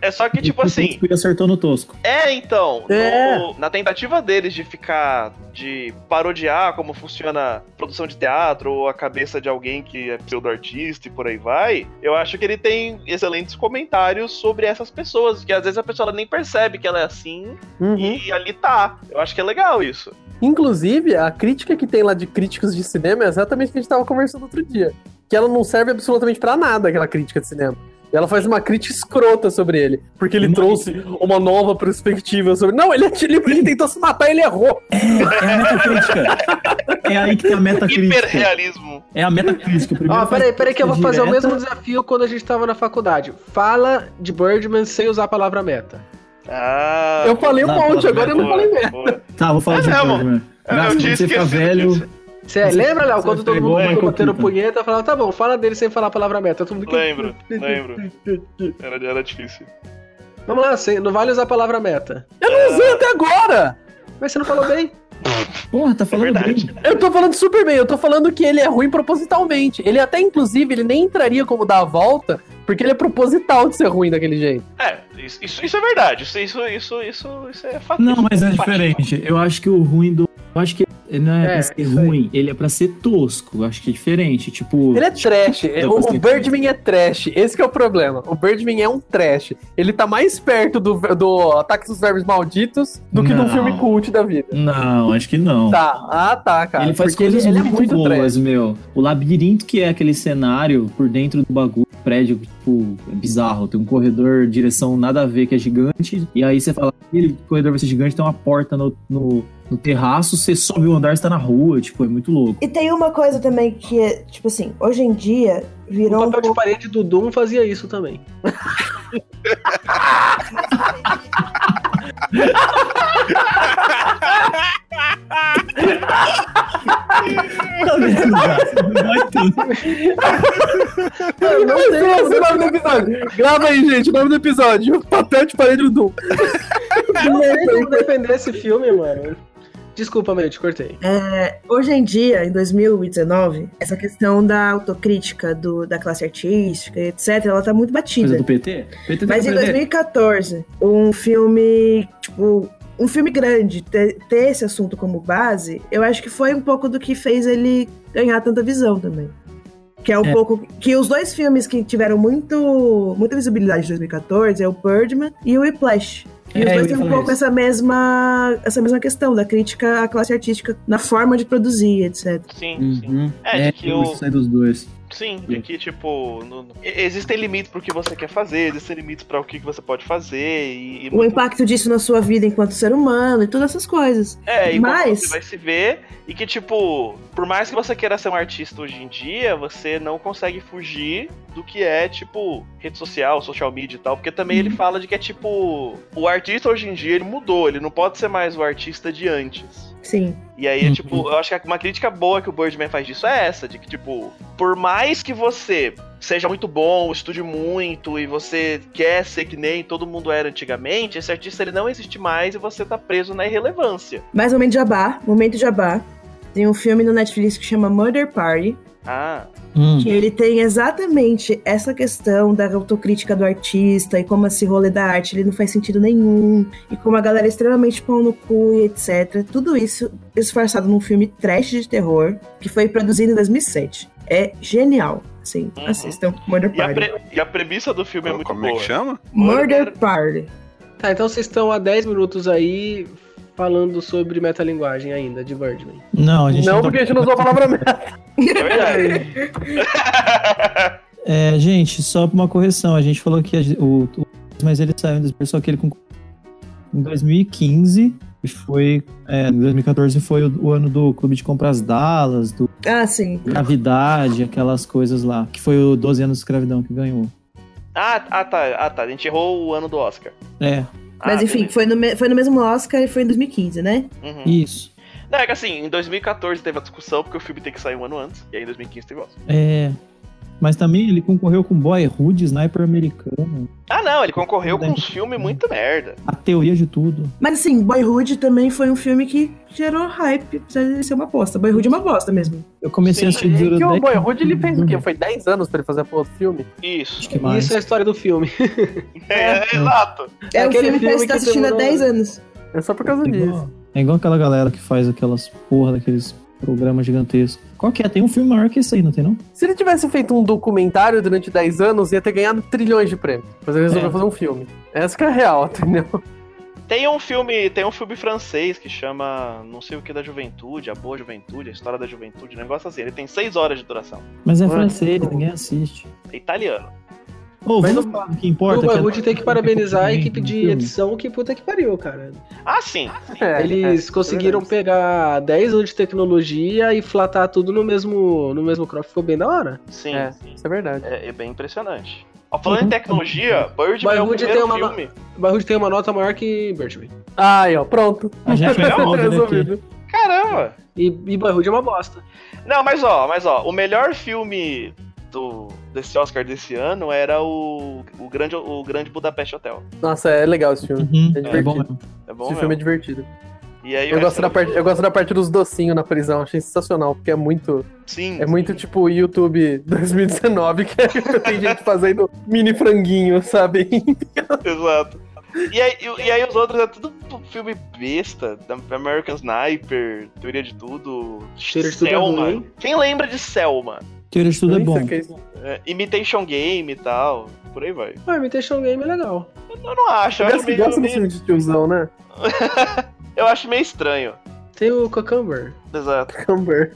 Speaker 2: É só que, tipo
Speaker 3: O
Speaker 2: assim,
Speaker 3: Tosco acertou no tosco.
Speaker 2: É, então.
Speaker 4: É.
Speaker 2: no- na tentativa deles de ficar. de parodiar como funciona a produção de teatro ou a cabeça de alguém que é pseudo-artista e por aí vai, eu acho que ele tem excelentes comentários sobre essas pessoas, que às vezes a pessoa ela nem percebe que ela é assim
Speaker 4: Uhum.
Speaker 2: e ali tá. Eu acho que é legal isso.
Speaker 4: Inclusive, a crítica que tem lá de críticos de cinema é exatamente o que a gente tava conversando outro dia. Que ela não serve absolutamente pra nada, aquela crítica de cinema. Ela faz uma crítica escrota sobre ele, porque ele
Speaker 3: Muito.
Speaker 4: trouxe uma nova perspectiva sobre. Não, ele, atir- ele, ele tentou se matar, ele errou.
Speaker 3: É a metacrítica. é aí que tem a metacrítica.
Speaker 2: Hiperrealismo.
Speaker 3: É a metacrítica. Primeiro
Speaker 1: Ó, peraí,
Speaker 3: faz
Speaker 1: peraí que eu vou
Speaker 3: crítica
Speaker 1: fazer o
Speaker 3: direta.
Speaker 1: mesmo desafio quando a gente tava na faculdade. Fala de Birdman sem usar a palavra meta.
Speaker 2: Ah.
Speaker 4: Eu falei um
Speaker 3: Não,
Speaker 4: monte,
Speaker 3: não,
Speaker 4: agora eu não
Speaker 2: é boa,
Speaker 4: falei merda.
Speaker 2: boa.
Speaker 3: Tá, vou falar
Speaker 2: É
Speaker 3: de
Speaker 2: mesmo.
Speaker 3: Birdman.
Speaker 2: Eu- eu
Speaker 3: Gás, quando
Speaker 2: tinha
Speaker 3: você fica
Speaker 2: esquecido
Speaker 3: velho,
Speaker 2: disso.
Speaker 1: Cê,
Speaker 3: Você-
Speaker 1: lembra, Léo,
Speaker 3: você
Speaker 1: quando todo
Speaker 3: pegou
Speaker 1: mundo
Speaker 3: o
Speaker 1: ficou
Speaker 3: Michael
Speaker 1: batendo
Speaker 3: Keaton.
Speaker 1: punheta, eu falava, tá bom, fala dele sem falar a palavra meta. Todo mundo...
Speaker 3: É.
Speaker 2: Lembro, lembro. Era, era difícil.
Speaker 1: Vamos lá, sem- não vale usar a palavra meta.
Speaker 4: Eu não usei até agora!
Speaker 1: Mas você não falou bem.
Speaker 3: Porra, tá falando
Speaker 2: verdade.
Speaker 3: bem.
Speaker 4: Eu tô falando super bem, eu tô falando que ele é ruim propositalmente. Ele até, inclusive, ele nem entraria como dar a volta, porque ele é proposital de ser ruim daquele jeito.
Speaker 2: É, isso, isso, isso é verdade. Isso, isso, isso, isso, isso é fato.
Speaker 3: Não, mas é
Speaker 2: Fato.
Speaker 3: diferente. Eu acho que o ruim do. Eu acho que ele não é,
Speaker 1: É,
Speaker 3: pra ser
Speaker 1: isso aí.
Speaker 3: ruim, ele é pra ser tosco. Eu acho que é diferente. Tipo.
Speaker 4: Ele é trash,
Speaker 3: Eu
Speaker 4: o,
Speaker 3: gostei.
Speaker 4: o Birdman é trash, esse que é o problema. O Birdman é um trash. Ele tá mais perto do, do Ataque dos Verbos Malditos do que de um
Speaker 3: Não.
Speaker 4: filme cult da vida.
Speaker 3: Não, acho que não.
Speaker 4: Tá, ah tá, cara.
Speaker 3: ele faz
Speaker 4: Porque
Speaker 3: coisas
Speaker 4: ele, ele
Speaker 3: muito,
Speaker 4: é muito
Speaker 3: boas,
Speaker 4: trash.
Speaker 3: meu. O labirinto que é aquele cenário por dentro do bagulho, prédio, tipo, é bizarro. Tem um corredor, direção nada a ver, que é gigante. E aí você fala, aquele corredor vai ser gigante, tem uma porta no, no, no terraço, você sobe o andar, você tá na rua, tipo, é muito louco.
Speaker 5: E tem uma coisa também que é, tipo assim, hoje em dia
Speaker 1: O
Speaker 5: virou um
Speaker 1: papel de
Speaker 5: pouco.
Speaker 1: parede do Doom fazia isso também.
Speaker 3: Tá vendo, cara?
Speaker 4: Eu não sei esse é nome do episódio. Grava aí, gente, o nome do episódio. Papel de parede do Doom.
Speaker 1: Não tem como defender esse filme, mano. Desculpa, meu, eu te cortei.
Speaker 5: Hoje em dia, em 2019, essa questão da autocrítica do, da classe artística, etc., ela tá muito
Speaker 3: Coisa
Speaker 5: batida.
Speaker 3: do PT? PT tem
Speaker 5: Mas
Speaker 3: que
Speaker 5: em
Speaker 3: aprender.
Speaker 5: 2014, um filme, tipo, um filme grande, ter, ter esse assunto como base, eu acho que foi um pouco do que fez ele ganhar tanta visão também. Que é um
Speaker 3: É.
Speaker 5: pouco. Que os dois filmes que tiveram muito, muita visibilidade em 2014 é o Birdman e o Whiplash. E os
Speaker 3: É, eu
Speaker 5: dois
Speaker 3: ia
Speaker 5: têm um
Speaker 3: falar
Speaker 5: pouco
Speaker 3: isso.
Speaker 5: essa mesma, essa mesma questão da crítica à classe artística na forma de produzir, etc.
Speaker 2: Sim, sim.
Speaker 3: Uhum.
Speaker 2: É, de
Speaker 3: É,
Speaker 2: que o-
Speaker 3: isso sai dos dois.
Speaker 2: Sim, de que, tipo, no- no- e- existem limites pro que você quer fazer, existem limites pra o que que você pode fazer e, e
Speaker 5: O
Speaker 2: muito-
Speaker 5: impacto disso na sua vida enquanto ser humano e todas essas coisas.
Speaker 2: é, e como
Speaker 5: mas-
Speaker 2: você vai se ver e que, tipo, por mais que você queira ser um artista hoje em dia, você não consegue fugir do que é, tipo, rede social, social media e tal, porque também ele fala de que é, tipo, o artista hoje em dia, ele mudou, ele não pode ser mais o artista de antes.
Speaker 5: Sim.
Speaker 2: E aí, é,
Speaker 3: Uhum.
Speaker 2: tipo, eu acho que uma crítica boa que o Birdman faz disso é essa, de que, tipo, por mais que você seja muito bom, estude muito e você quer ser que nem todo mundo era antigamente, esse artista ele não existe mais e você tá preso na irrelevância.
Speaker 5: Mais um momento jabá, momento jabá. Tem um filme no Netflix que chama Murder Party,
Speaker 2: Ah,
Speaker 5: que ele tem exatamente essa questão da autocrítica do artista e como esse rolê da arte ele não faz sentido nenhum, e como a galera é extremamente pão no cu e etc. Tudo isso disfarçado num filme trash de terror que foi produzido em 2007. É genial. Sim,
Speaker 2: Uhum.
Speaker 5: assistam Murder
Speaker 2: e a,
Speaker 5: Party.
Speaker 2: pre- e a premissa do filme é muito
Speaker 6: Como é
Speaker 2: boa.
Speaker 6: que chama?
Speaker 5: Murder Party.
Speaker 1: Tá, então vocês estão há 10 minutos aí falando sobre metalinguagem ainda, de Birdman.
Speaker 3: Não, tá a
Speaker 4: Não, porque a gente não usou a palavra merda.
Speaker 2: É verdade.
Speaker 3: É, gente, só uma correção. A gente falou que a gen- o, o mas ele saiu em 2000, só que ele com em 2015 E foi. É, 2014 foi o, o ano do Clube de Compras Dallas, do
Speaker 5: Ah, sim.
Speaker 3: Gravidade, aquelas coisas lá. Que foi o 12 anos de escravidão que ganhou.
Speaker 2: Ah, ah, tá, ah, tá. A gente errou o ano do Oscar.
Speaker 3: É,
Speaker 5: Mas
Speaker 2: Ah,
Speaker 5: enfim,
Speaker 2: beleza.
Speaker 5: foi no, me- foi no mesmo Oscar e foi em 2015, né?
Speaker 2: Uhum.
Speaker 3: isso.
Speaker 2: Não, é que assim, em 2014 teve a discussão, porque o filme tem que sair um ano antes, e aí em 2015 teve o Oscar.
Speaker 3: É. Mas também ele concorreu com Boyhood, Sniper Americano,
Speaker 2: Ah, não, ele concorreu com uns filmes muito merda.
Speaker 3: A Teoria de Tudo.
Speaker 5: Mas assim, Boyhood também foi um filme que gerou hype, apesar de ser uma bosta. Boyhood é uma bosta mesmo.
Speaker 3: Eu comecei a
Speaker 2: Sim,
Speaker 3: assistir Duro
Speaker 4: que o
Speaker 3: 10
Speaker 4: Boyhood ele fez o quê? Foi 10 anos pra ele fazer pro outro filme?
Speaker 2: Isso.
Speaker 3: Acho que mais.
Speaker 1: Isso é a história do filme.
Speaker 2: É, exato.
Speaker 5: É, um
Speaker 1: Aquele
Speaker 5: filme que
Speaker 1: filme
Speaker 5: você tá
Speaker 1: que
Speaker 5: assistindo há
Speaker 1: demorou-
Speaker 5: 10 anos.
Speaker 4: É só por causa
Speaker 3: É
Speaker 4: disso.
Speaker 3: igual, é igual aquela galera que faz aquelas porra daqueles programas gigantescos. Qual que é? Tem um filme maior que esse aí, não tem não?
Speaker 4: Se ele tivesse feito um documentário durante 10 anos, ia ter ganhado trilhões de prêmios. Mas ele resolveu
Speaker 3: É.
Speaker 4: fazer um filme. Essa que é a real, entendeu?
Speaker 2: Tem um filme, tem um filme francês que chama Não sei o que da Juventude, a Boa Juventude, a História da Juventude, um negócio assim. Ele tem seis horas de duração.
Speaker 3: Mas é
Speaker 4: Mano,
Speaker 3: francês,
Speaker 4: pô.
Speaker 3: ninguém assiste.
Speaker 2: É italiano.
Speaker 3: Ô,
Speaker 1: Mas
Speaker 3: vamos
Speaker 1: não-
Speaker 3: falar do que
Speaker 1: O
Speaker 3: importa. que
Speaker 1: Boyhood
Speaker 3: é-
Speaker 1: tem que parabenizar a
Speaker 3: é-
Speaker 1: equipe de
Speaker 3: filme.
Speaker 1: edição, que puta que pariu, cara.
Speaker 2: Ah, sim.
Speaker 4: É,
Speaker 1: Eles conseguiram
Speaker 4: é
Speaker 1: pegar 10 anos de tecnologia e flatar tudo no mesmo, no mesmo crop, ficou bem da hora.
Speaker 2: Sim.
Speaker 4: É, isso é verdade.
Speaker 2: É, é bem impressionante. Ó, falando em tecnologia, Birdman é o
Speaker 1: Birdman
Speaker 2: primeiro
Speaker 1: tem uma-
Speaker 2: filme.
Speaker 1: O Boyhood tem uma nota maior que Birdman.
Speaker 4: Ah, Aí, ó, pronto.
Speaker 3: A gente vai falar dele aqui.
Speaker 4: Resolvido.
Speaker 2: Caramba!
Speaker 1: E, e Boyhood é uma bosta.
Speaker 2: Não, mas ó, mas ó, o melhor filme do, desse Oscar desse ano era o, o, grande, o grande Budapeste Hotel.
Speaker 4: Nossa, é legal esse filme.
Speaker 3: Uhum,
Speaker 4: É
Speaker 3: é bom
Speaker 4: divertido.
Speaker 3: mesmo.
Speaker 2: É bom
Speaker 4: esse
Speaker 2: mesmo.
Speaker 4: filme é divertido.
Speaker 2: E aí o
Speaker 4: Eu gosto,
Speaker 3: é
Speaker 2: resto- é
Speaker 4: da parte, eu gosto da parte dos docinhos na prisão, achei sensacional, porque é muito.
Speaker 2: Sim.
Speaker 4: É muito tipo YouTube 2019, que tem gente fazendo mini franguinho, sabe?
Speaker 2: Exato. E aí, e, e aí os outros é tudo filme besta, da American Sniper, Teoria de Tudo,
Speaker 1: Cheiro de tudo é ruim.
Speaker 2: Quem lembra de Selma?
Speaker 3: Teoria de tudo é bom.
Speaker 4: Isso que é isso.
Speaker 2: É, Imitation Game e tal, por aí vai.
Speaker 1: Ah, Imitation Game é legal.
Speaker 2: Eu não acho, eu
Speaker 3: é
Speaker 4: Parece
Speaker 2: acho
Speaker 4: que
Speaker 2: meio,
Speaker 4: gosta do
Speaker 2: meio-
Speaker 4: filme de tiozão, né?
Speaker 2: eu acho meio estranho.
Speaker 1: Tem o Cucumber.
Speaker 2: Exato.
Speaker 4: Cumber.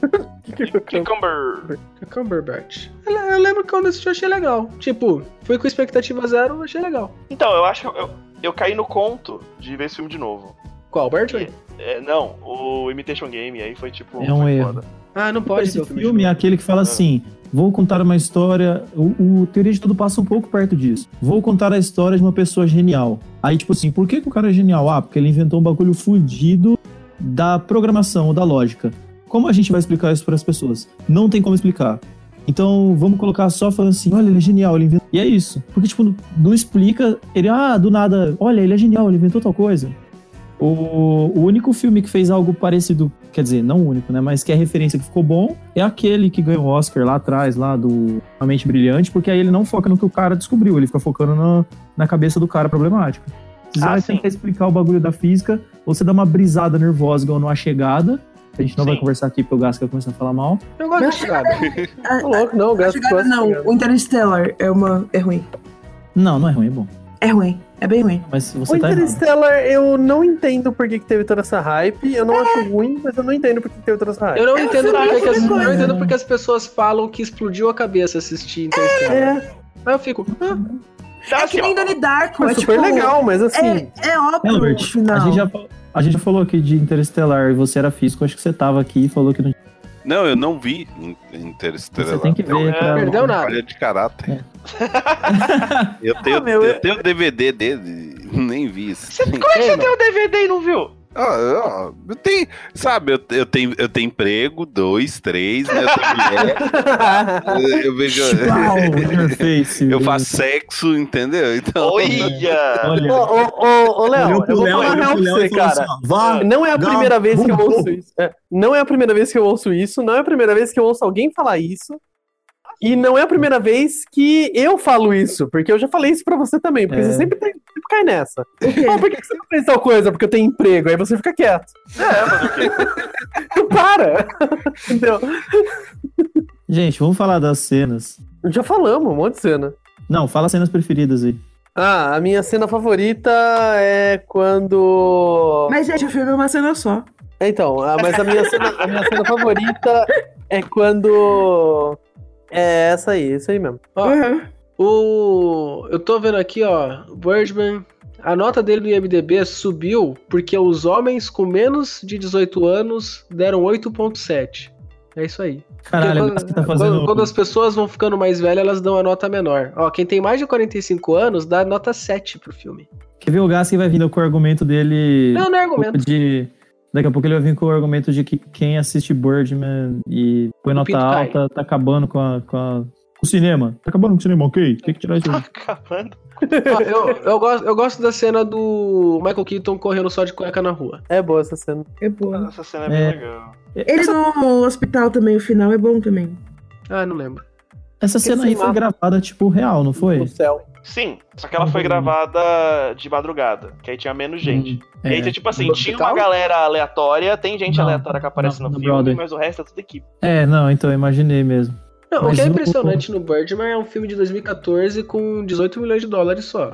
Speaker 2: Cucumber.
Speaker 1: Cucumberbatch. Eu, le- eu lembro que quando assisti eu achei legal. Tipo, fui com expectativa zero, achei legal.
Speaker 2: Então, eu acho. Eu, eu caí no conto de ver esse filme de novo.
Speaker 1: Qual, Birdman?
Speaker 2: É, não, o Imitation Game, aí foi tipo.
Speaker 3: É um
Speaker 2: foi
Speaker 3: erro.
Speaker 1: Ah, não pode ver
Speaker 3: Esse
Speaker 1: o Ah.
Speaker 3: filme,
Speaker 1: de
Speaker 3: é
Speaker 1: novo.
Speaker 3: aquele que fala assim: vou contar uma história. O, o Teoria de Tudo passa um pouco perto disso. Vou contar a história de uma pessoa genial. Aí, tipo assim, por que, que o cara é genial? Ah, porque ele inventou um bagulho fudido da programação, da lógica. Como a gente vai explicar isso para as pessoas? Não tem como explicar. Então, vamos colocar só falando assim: olha, ele é genial, ele inventou. E é isso. Porque, tipo, não explica. Ele, ah, do nada, olha, ele é genial, ele inventou tal coisa. O, o único filme que fez algo parecido, quer dizer, não o único, né? Mas que é referência que ficou bom, é aquele que ganhou o Oscar lá atrás, lá do A Mente Brilhante, porque aí ele não foca no que o cara descobriu, ele fica focando na, na cabeça do cara problemático. Se
Speaker 2: Ah,
Speaker 3: você
Speaker 2: sim.
Speaker 3: tentar explicar o bagulho da física, ou você dá uma brisada nervosa igual no A Chegada, a gente não
Speaker 2: Sim.
Speaker 3: vai conversar aqui porque o Gasca vai começar a falar mal.
Speaker 1: Eu gosto de chegada.
Speaker 5: A-
Speaker 4: Tô louco, não, o
Speaker 5: a
Speaker 4: gato
Speaker 5: Ah, chegada
Speaker 4: gosta.
Speaker 5: não, o Interstellar é uma. é ruim.
Speaker 3: Não, não é ruim, é bom.
Speaker 5: É ruim. É bem ruim.
Speaker 3: Mas se
Speaker 4: O
Speaker 3: você tá errado.
Speaker 4: Interstellar, eu não entendo por que, que teve toda essa hype. Eu não acho ruim, mas eu não entendo por que, que teve toda essa hype.
Speaker 1: É. Eu não
Speaker 5: É um
Speaker 1: entendo
Speaker 5: filme
Speaker 1: porque que as,
Speaker 5: de
Speaker 1: eu não
Speaker 5: coisa.
Speaker 1: entendo porque as pessoas falam que explodiu a cabeça assistir Interstellar.
Speaker 4: É,
Speaker 1: Aí eu fico, ah,
Speaker 2: Tá,
Speaker 5: é que nem
Speaker 2: ó,
Speaker 5: Donnie Darko.
Speaker 4: foi
Speaker 5: é
Speaker 4: super
Speaker 5: tipo,
Speaker 4: legal, mas assim.
Speaker 5: É, é óbvio
Speaker 3: Albert,
Speaker 5: no final.
Speaker 3: a gente, já, fal- a gente já falou aqui de Interestelar e você era físico, acho que você tava aqui e falou que não
Speaker 6: Não, eu não vi In- Interestelar.
Speaker 3: Você tem que ver.
Speaker 2: É,
Speaker 3: pra-
Speaker 1: perdeu nada.
Speaker 6: Falha de caráter.
Speaker 3: É.
Speaker 6: eu tenho
Speaker 4: Ah, meu,
Speaker 6: eu
Speaker 4: eu-
Speaker 6: tenho o DVD dele, nem vi isso.
Speaker 2: Você, como é que você tem o DVD e não viu?
Speaker 6: Ah, é, Ó, ó, eu tenho, sabe, eu, eu tenho, eu tenho emprego, dois, três, né, eu tenho mulher, eu vejo,
Speaker 3: Pau, in your face,
Speaker 6: eu
Speaker 3: meu.
Speaker 6: faço sexo, entendeu? Então,
Speaker 2: Olha!
Speaker 3: Olha,
Speaker 4: Ô, ô, ô, ô, Léo,
Speaker 3: olhou
Speaker 4: eu
Speaker 3: pro
Speaker 4: vou
Speaker 3: Léo,
Speaker 4: falar
Speaker 3: olhou
Speaker 4: a real
Speaker 3: pro Léo
Speaker 4: pra
Speaker 3: e
Speaker 4: você,
Speaker 3: falou
Speaker 4: cara.
Speaker 3: assim, ó, vá,
Speaker 4: Não é a
Speaker 3: Gabo,
Speaker 4: primeira vez que eu
Speaker 3: vamos,
Speaker 4: ouço isso. É, não é a primeira vez que eu ouço isso. Não é a primeira vez que eu ouço alguém falar isso. E não é a primeira vez que eu falo isso. Porque eu já falei isso pra você também. Porque
Speaker 3: É.
Speaker 4: você sempre, tem- sempre cai nessa.
Speaker 5: O quê?
Speaker 4: Ah, por que que você não fez tal coisa? Porque eu tenho emprego. Aí você fica quieto. É, mas o quê? Para! Entendeu?
Speaker 3: Gente, vamos falar das cenas.
Speaker 4: Já falamos um monte de cena.
Speaker 3: Não, fala as cenas preferidas aí.
Speaker 4: Ah, a minha cena favorita é quando.
Speaker 5: Mas, gente, o filme é uma cena só.
Speaker 4: É, Então, ah, mas a minha cena, a minha cena favorita é quando. É essa
Speaker 5: Uhum.
Speaker 4: aí, isso aí mesmo.
Speaker 1: ó, o. Eu tô vendo aqui, ó, Birdman, A nota dele no IMDB subiu porque os homens com menos de 18 anos deram 8.7. É isso aí. Porque
Speaker 3: Caralho,
Speaker 1: quando,
Speaker 3: você tá
Speaker 1: quando-
Speaker 3: fazendo.
Speaker 1: quando as pessoas vão ficando mais velhas, elas dão a nota menor. Ó, quem tem mais de 45 anos dá nota 7 pro filme.
Speaker 3: Quer ver o Gas que vai vindo com o argumento dele.
Speaker 1: Não, não é argumento.
Speaker 3: de. Daqui a pouco ele vai vir com o argumento de que quem assiste Birdman e põe nota
Speaker 1: pinto cai.
Speaker 3: alta tá acabando com, a, com, a- com o cinema. Tá acabando com o cinema,
Speaker 1: Ah,
Speaker 3: ok? Tem que tirar isso.
Speaker 2: Tá acabando.
Speaker 1: Ó, eu, eu gosto, eu gosto da cena do Michael Keaton correndo só de cueca na rua.
Speaker 4: É boa essa cena.
Speaker 5: É boa.
Speaker 2: Essa cena é bem
Speaker 3: É.
Speaker 2: legal.
Speaker 5: Ele no hospital também, o final é bom também.
Speaker 1: Ah, não lembro.
Speaker 3: Essa cena
Speaker 4: esse
Speaker 3: aí foi
Speaker 4: mapa-
Speaker 3: gravada, tipo, real, não foi?
Speaker 4: No céu.
Speaker 2: Sim, só que ela foi gravada de madrugada, que aí tinha menos gente. E aí,
Speaker 3: É.
Speaker 2: tipo assim,
Speaker 1: No
Speaker 2: tinha
Speaker 1: hospital?
Speaker 2: uma galera aleatória, tem gente
Speaker 3: Não,
Speaker 2: aleatória que aparece
Speaker 3: não,
Speaker 2: no
Speaker 3: no
Speaker 2: filme,
Speaker 3: Broadway.
Speaker 2: mas o resto é tudo equipe.
Speaker 3: É, não, então, eu imaginei mesmo.
Speaker 1: Não,
Speaker 3: Mas
Speaker 1: o que é
Speaker 3: o-
Speaker 1: impressionante no Birdman é um filme de 2014 com 18 milhões de dólares só.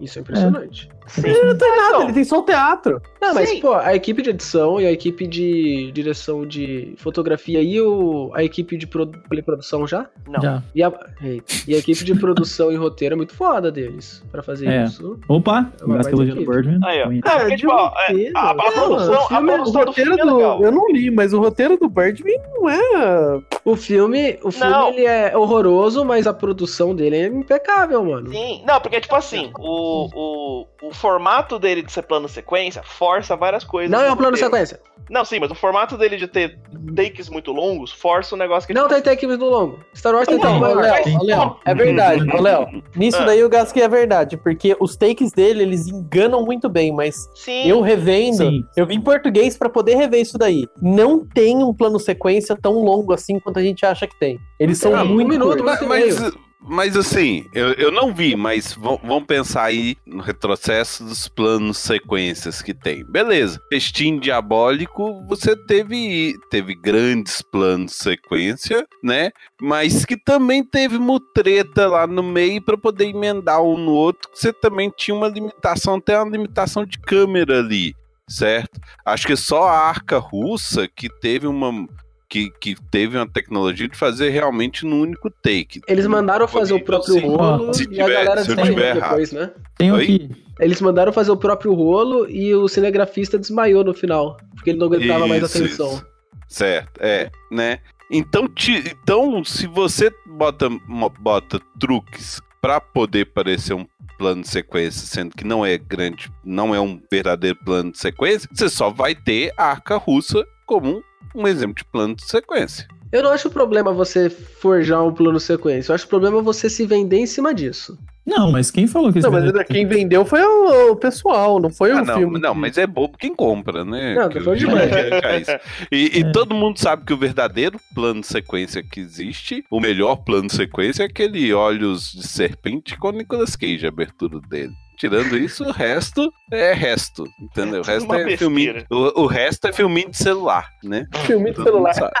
Speaker 1: Isso é impressionante.
Speaker 2: Sim,
Speaker 3: Ele
Speaker 2: não tem
Speaker 4: Nada, ele tem só o teatro.
Speaker 1: Não, mas
Speaker 2: Sim.
Speaker 1: pô, a equipe de edição e a equipe de direção de fotografia e o, a equipe de produ- produção já?
Speaker 2: Não.
Speaker 3: Já.
Speaker 1: E a, eita, e a equipe de produção e roteiro é muito foda deles pra fazer
Speaker 3: É.
Speaker 1: isso.
Speaker 3: Opa,
Speaker 1: É
Speaker 3: o
Speaker 1: uma
Speaker 3: Gas que elogiou
Speaker 1: baita
Speaker 3: no Birdman.
Speaker 2: Aí, ó.
Speaker 3: Ruim.
Speaker 4: Ah,
Speaker 2: É, porque, tipo, ó, é, a, a produção,
Speaker 4: o filme-
Speaker 2: a
Speaker 4: o
Speaker 2: produção do
Speaker 4: roteiro
Speaker 2: filme é
Speaker 4: do.
Speaker 2: legal.
Speaker 4: Eu não li, mas o roteiro do Birdman não é.
Speaker 1: O filme, o filme
Speaker 2: Não.
Speaker 1: ele é horroroso, mas a produção dele é impecável, mano.
Speaker 2: Sim, não, porque, tipo assim, o, o, o formato dele de ser plano sequência força várias coisas.
Speaker 1: Não
Speaker 2: no
Speaker 1: é um plano
Speaker 2: roteiro.
Speaker 1: sequência.
Speaker 2: Não, sim, mas o formato dele de ter takes muito longos força um negócio que.
Speaker 1: Não tem take no longo. Star Wars tem
Speaker 2: Então,
Speaker 1: take
Speaker 4: Não,
Speaker 1: maior.
Speaker 4: Léo,
Speaker 2: tem-
Speaker 4: Léo, é verdade,
Speaker 3: Uhum.
Speaker 4: Léo. Nisso
Speaker 2: Ah.
Speaker 4: daí o Gasquet é verdade, porque os takes dele, eles enganam muito bem, mas
Speaker 2: Sim,
Speaker 4: eu revendo,
Speaker 3: Sim.
Speaker 4: eu vi em português pra poder rever isso daí. Não tem um plano sequência tão longo assim quanto a gente acha que tem. Eles são
Speaker 1: Ah, um
Speaker 4: muito
Speaker 1: minuto,
Speaker 4: curtos.
Speaker 1: mas-
Speaker 6: Mas, mas, mas, assim, eu, eu não vi, mas vão- vamos pensar aí no retrocesso dos planos sequências que tem. Beleza, Festim Diabólico, você teve, teve grandes planos sequência, né? Mas que também teve mutreta lá no meio para poder emendar um no outro, que você também tinha uma limitação, até uma limitação de câmera ali, certo? Acho que só a arca russa que teve uma. Que, que teve uma tecnologia de fazer realmente num único take.
Speaker 1: Eles mandaram fazer o próprio
Speaker 6: é Sim.
Speaker 1: rolo
Speaker 6: Se
Speaker 1: e a
Speaker 6: tiver-
Speaker 1: galera
Speaker 6: se eu
Speaker 1: desmaiou
Speaker 6: tiver
Speaker 1: depois, né?
Speaker 3: Tem um
Speaker 6: Oi?
Speaker 3: aqui.
Speaker 1: Eles mandaram fazer o próprio rolo e o cinegrafista desmaiou no final, porque ele não aguentava mais a
Speaker 6: Isso,
Speaker 1: tensão.
Speaker 6: isso. Certo, é, né? Então, ti- então se você bota, mo- bota truques para poder parecer um plano de sequência, sendo que não é grande, não é um verdadeiro plano de sequência, você só vai ter a arca russa como um, um exemplo de plano de sequência.
Speaker 1: Eu não acho problema você forjar um plano sequência, eu acho problema você se vender em cima disso.
Speaker 3: Não, mas quem falou que
Speaker 4: Não,
Speaker 3: esse-
Speaker 4: mas é quem vendeu foi o, o pessoal, não foi o
Speaker 6: Ah, não,
Speaker 4: filme.
Speaker 6: não, mas é bobo quem compra, né?
Speaker 1: Não, tô
Speaker 6: Que
Speaker 1: falando de
Speaker 6: hoje em dia é isso. E, e
Speaker 3: É.
Speaker 6: todo mundo sabe que o verdadeiro plano de sequência que existe, o melhor plano de sequência é aquele Olhos de Serpente com o Nicolas Cage, a abertura dele. Tirando isso, o resto é resto, entendeu?
Speaker 2: É
Speaker 6: O
Speaker 2: tudo
Speaker 6: resto
Speaker 2: uma
Speaker 6: é filminho,
Speaker 2: besteira.
Speaker 6: o, o resto é filminho de celular, né?
Speaker 4: Filme de
Speaker 6: Todo mundo
Speaker 4: celular.
Speaker 6: sabe.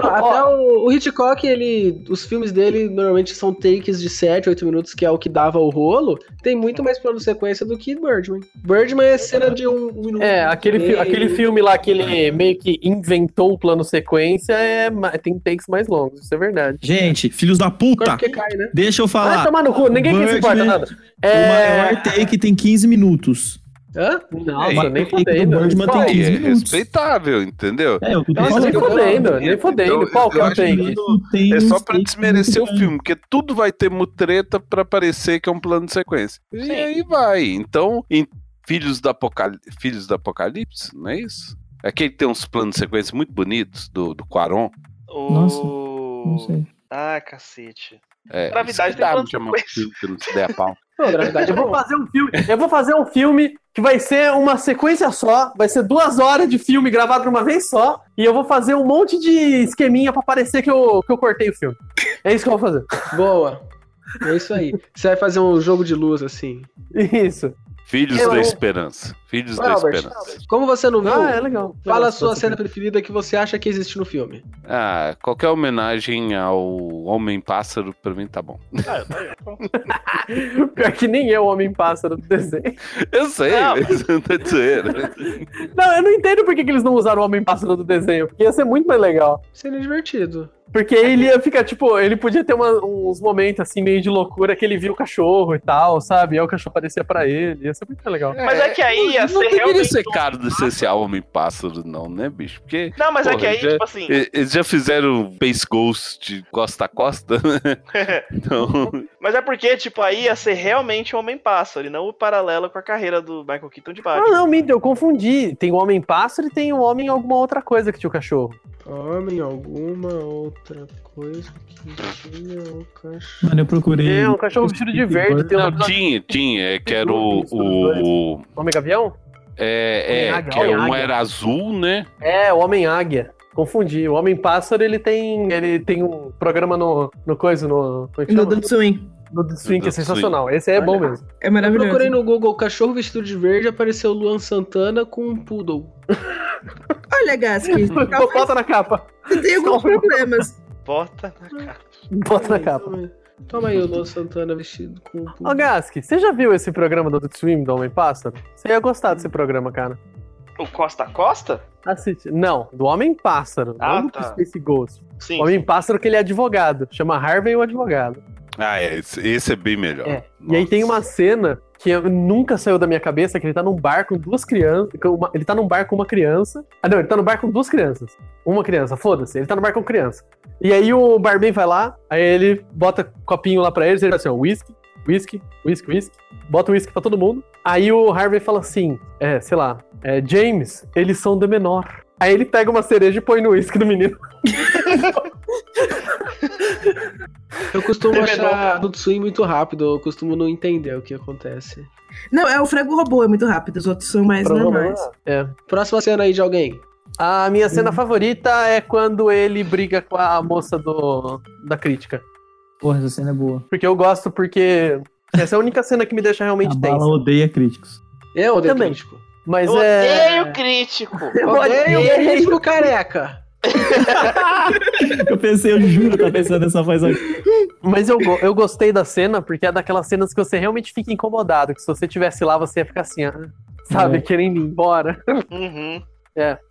Speaker 1: Até o, o Hitchcock, ele. Os filmes dele normalmente são takes de 7, 8 minutos, que é o que dava o rolo. Tem muito mais plano sequência do que Birdman. Birdman é cena de um
Speaker 6: Tá.
Speaker 1: minuto.
Speaker 4: É, aquele, fi- aquele filme lá que ele meio que inventou o plano sequência é, ma- tem takes mais longos, isso é verdade.
Speaker 3: Gente, filhos da puta!
Speaker 1: Corpo que cai, né?
Speaker 3: Deixa eu
Speaker 4: Ah,
Speaker 3: falar.
Speaker 4: tomar no cu, ninguém que se importa,
Speaker 3: Birdman,
Speaker 4: nada.
Speaker 3: O
Speaker 4: É...
Speaker 3: maior take tem 15 minutos.
Speaker 1: Hã?
Speaker 4: Não,
Speaker 6: É,
Speaker 4: mano, nem
Speaker 3: o take do
Speaker 4: fodendo.
Speaker 3: Birdman tem
Speaker 4: Qual?
Speaker 6: E
Speaker 3: 15
Speaker 6: é
Speaker 3: minutos.
Speaker 6: respeitável, entendeu?
Speaker 3: É, eu tô
Speaker 1: Mas
Speaker 4: Nossa,
Speaker 1: Fala
Speaker 4: nem
Speaker 1: que eu-
Speaker 4: fodendo, nem
Speaker 6: eu-
Speaker 4: fodendo.
Speaker 6: eu-
Speaker 4: Qual que é o
Speaker 6: eu
Speaker 4: take?
Speaker 6: É só pra desmerecer o filme, porque tudo vai ter mutreta pra parecer que é um plano de sequência.
Speaker 2: Sim.
Speaker 6: E aí vai. Então, em Filhos do, Apocal... Filhos do Apocalipse, não é isso? Aquele que tem uns planos de sequência muito bonitos do, do Quaron.
Speaker 2: O...
Speaker 3: Não sei.
Speaker 2: Ah, cacete.
Speaker 6: É,
Speaker 2: Gravidade
Speaker 6: isso que dá
Speaker 2: tem
Speaker 6: pra chamar um filme que não se der a pau.
Speaker 1: Não, gravidade é
Speaker 4: Eu vou
Speaker 1: bom.
Speaker 4: fazer um filme. Eu vou fazer um filme que vai ser uma sequência só, vai ser duas horas de filme gravado de uma vez só, e eu vou fazer um monte de esqueminha pra parecer que eu, que eu cortei o filme. É isso que eu vou fazer.
Speaker 1: Boa. É isso aí. Você vai fazer um jogo de luz assim.
Speaker 4: Isso.
Speaker 6: Filhos
Speaker 4: Eu-
Speaker 6: da Esperança. Filhos da
Speaker 1: Albert,
Speaker 6: Esperança.
Speaker 1: Como você não viu,
Speaker 4: Ah, é legal.
Speaker 1: fala a
Speaker 4: Legal,
Speaker 1: sua
Speaker 4: essa
Speaker 1: cena preferida que você acha que existe no filme.
Speaker 6: Ah, qualquer homenagem ao Homem-Pássaro, pra mim tá bom.
Speaker 2: Ah, tá aí.
Speaker 4: Pior que nem é eu, Homem-Pássaro do desenho.
Speaker 6: Eu sei,
Speaker 2: Não.
Speaker 6: mas não tá de zoeira.
Speaker 4: Não, eu não entendo por que, que eles não usaram o Homem-Pássaro do desenho, porque ia ser muito mais legal.
Speaker 1: Seria divertido.
Speaker 4: Porque ele ia ficar, tipo, ele podia ter uma- uns momentos assim, meio de loucura, que ele viu o cachorro e tal, sabe? E aí o cachorro aparecia pra ele. Ia ser muito legal.
Speaker 2: Mas é que aí ia
Speaker 6: não
Speaker 2: ser
Speaker 6: deveria
Speaker 2: realmente
Speaker 6: ser
Speaker 2: um-
Speaker 6: caro do essencial Homem-Pássaro, não, né, bicho? Porque
Speaker 2: Não, mas é
Speaker 6: Porra,
Speaker 2: que aí,
Speaker 6: já-
Speaker 2: tipo assim.
Speaker 6: e- eles já fizeram Space Ghost costa a costa, né? Então,
Speaker 2: Mas é porque, tipo, aí ia ser realmente o Homem-Pássaro, e não o paralelo com a carreira do Michael Keaton de
Speaker 4: Ah,
Speaker 2: Batman.
Speaker 4: não, minto, eu confundi. Tem o homem pássaro e tem o homem alguma outra coisa que tinha o cachorro.
Speaker 1: Homem, alguma outra coisa que tinha o cachorro.
Speaker 3: Mano, eu procurei.
Speaker 4: É, um cachorro vestido de verde. Tem
Speaker 6: não,
Speaker 4: um
Speaker 6: tinha, tinha, é que era o. o-
Speaker 4: homem gavião?
Speaker 6: é, é, que é, um era azul, né?
Speaker 4: É, o Homem Águia. Confundi. O Homem Pássaro, ele tem. Ele tem um programa no. No coisa, no. Como é que
Speaker 5: No
Speaker 4: chama?
Speaker 5: do Swing.
Speaker 4: No The Swing, que é
Speaker 6: Swing.
Speaker 4: sensacional. Esse aí é bom mesmo.
Speaker 5: É
Speaker 1: Eu
Speaker 5: maravilhoso.
Speaker 1: procurei no Google cachorro vestido de verde, apareceu Luan Santana com um poodle.
Speaker 5: Olha, Gask,
Speaker 4: Bota na capa.
Speaker 5: você tem alguns problemas.
Speaker 2: Bota.
Speaker 4: Bota na
Speaker 1: Olha aí, É,
Speaker 4: capa.
Speaker 1: Toma aí, Toma aí o Luan Santana vestido com um
Speaker 4: Ô,
Speaker 1: poodle.
Speaker 4: Gask, você já viu esse programa do Adult Swim do Homem Pássaro? Você ia gostar desse programa, cara.
Speaker 2: O Costa a Costa?
Speaker 4: Assiste. Não, do Homem Pássaro.
Speaker 2: Ah,
Speaker 4: não do
Speaker 2: tá.
Speaker 4: Space Ghost.
Speaker 2: Sim.
Speaker 4: O Homem Pássaro que ele é advogado. Chama Harvey o advogado.
Speaker 6: Ah, é, esse, esse é bem melhor.
Speaker 4: É, E aí tem uma cena que eu- nunca saiu da minha cabeça, que ele tá num bar com duas crianças. com uma- ele tá num bar com uma criança. Ah, não, ele tá no bar com duas crianças. Uma criança, foda-se, ele tá no bar com criança. E aí o barman vai lá, aí ele bota copinho lá pra eles, ele fala assim, ó, whisky, whisky, whisky, whisky. Bota whisky pra todo mundo. Aí o Harvey fala assim, é, sei lá, é, James, eles são de menor. Aí ele pega uma cereja e põe no whisky do menino.
Speaker 1: Eu costumo
Speaker 2: Menor.
Speaker 1: achar Adult Swim muito rápido, eu costumo não entender o que acontece.
Speaker 5: Não, é o frango robô, é muito rápido. Os outros são mais normais.
Speaker 4: É.
Speaker 1: Próxima cena aí de alguém.
Speaker 4: A minha cena favorita é quando ele briga com a moça do, da crítica.
Speaker 3: Porra, essa cena é boa.
Speaker 4: Porque eu gosto, porque essa é a única cena que me deixa
Speaker 3: A
Speaker 4: realmente
Speaker 3: bala
Speaker 4: tensa.
Speaker 3: odeia críticos.
Speaker 1: Eu odeio
Speaker 4: Também.
Speaker 1: crítico.
Speaker 4: Mas
Speaker 2: eu
Speaker 4: é.
Speaker 2: odeio crítico.
Speaker 1: Eu
Speaker 4: odeio
Speaker 1: odeio
Speaker 4: crítico.
Speaker 1: crítico careca.
Speaker 3: Eu pensei, eu juro, tá pensando nessa voz aqui.
Speaker 4: Mas eu, go- eu gostei da cena, porque é daquelas cenas que você realmente fica incomodado. Que se você tivesse lá, você ia ficar assim, ah, sabe,
Speaker 3: É.
Speaker 4: querendo ir embora.
Speaker 2: Uhum.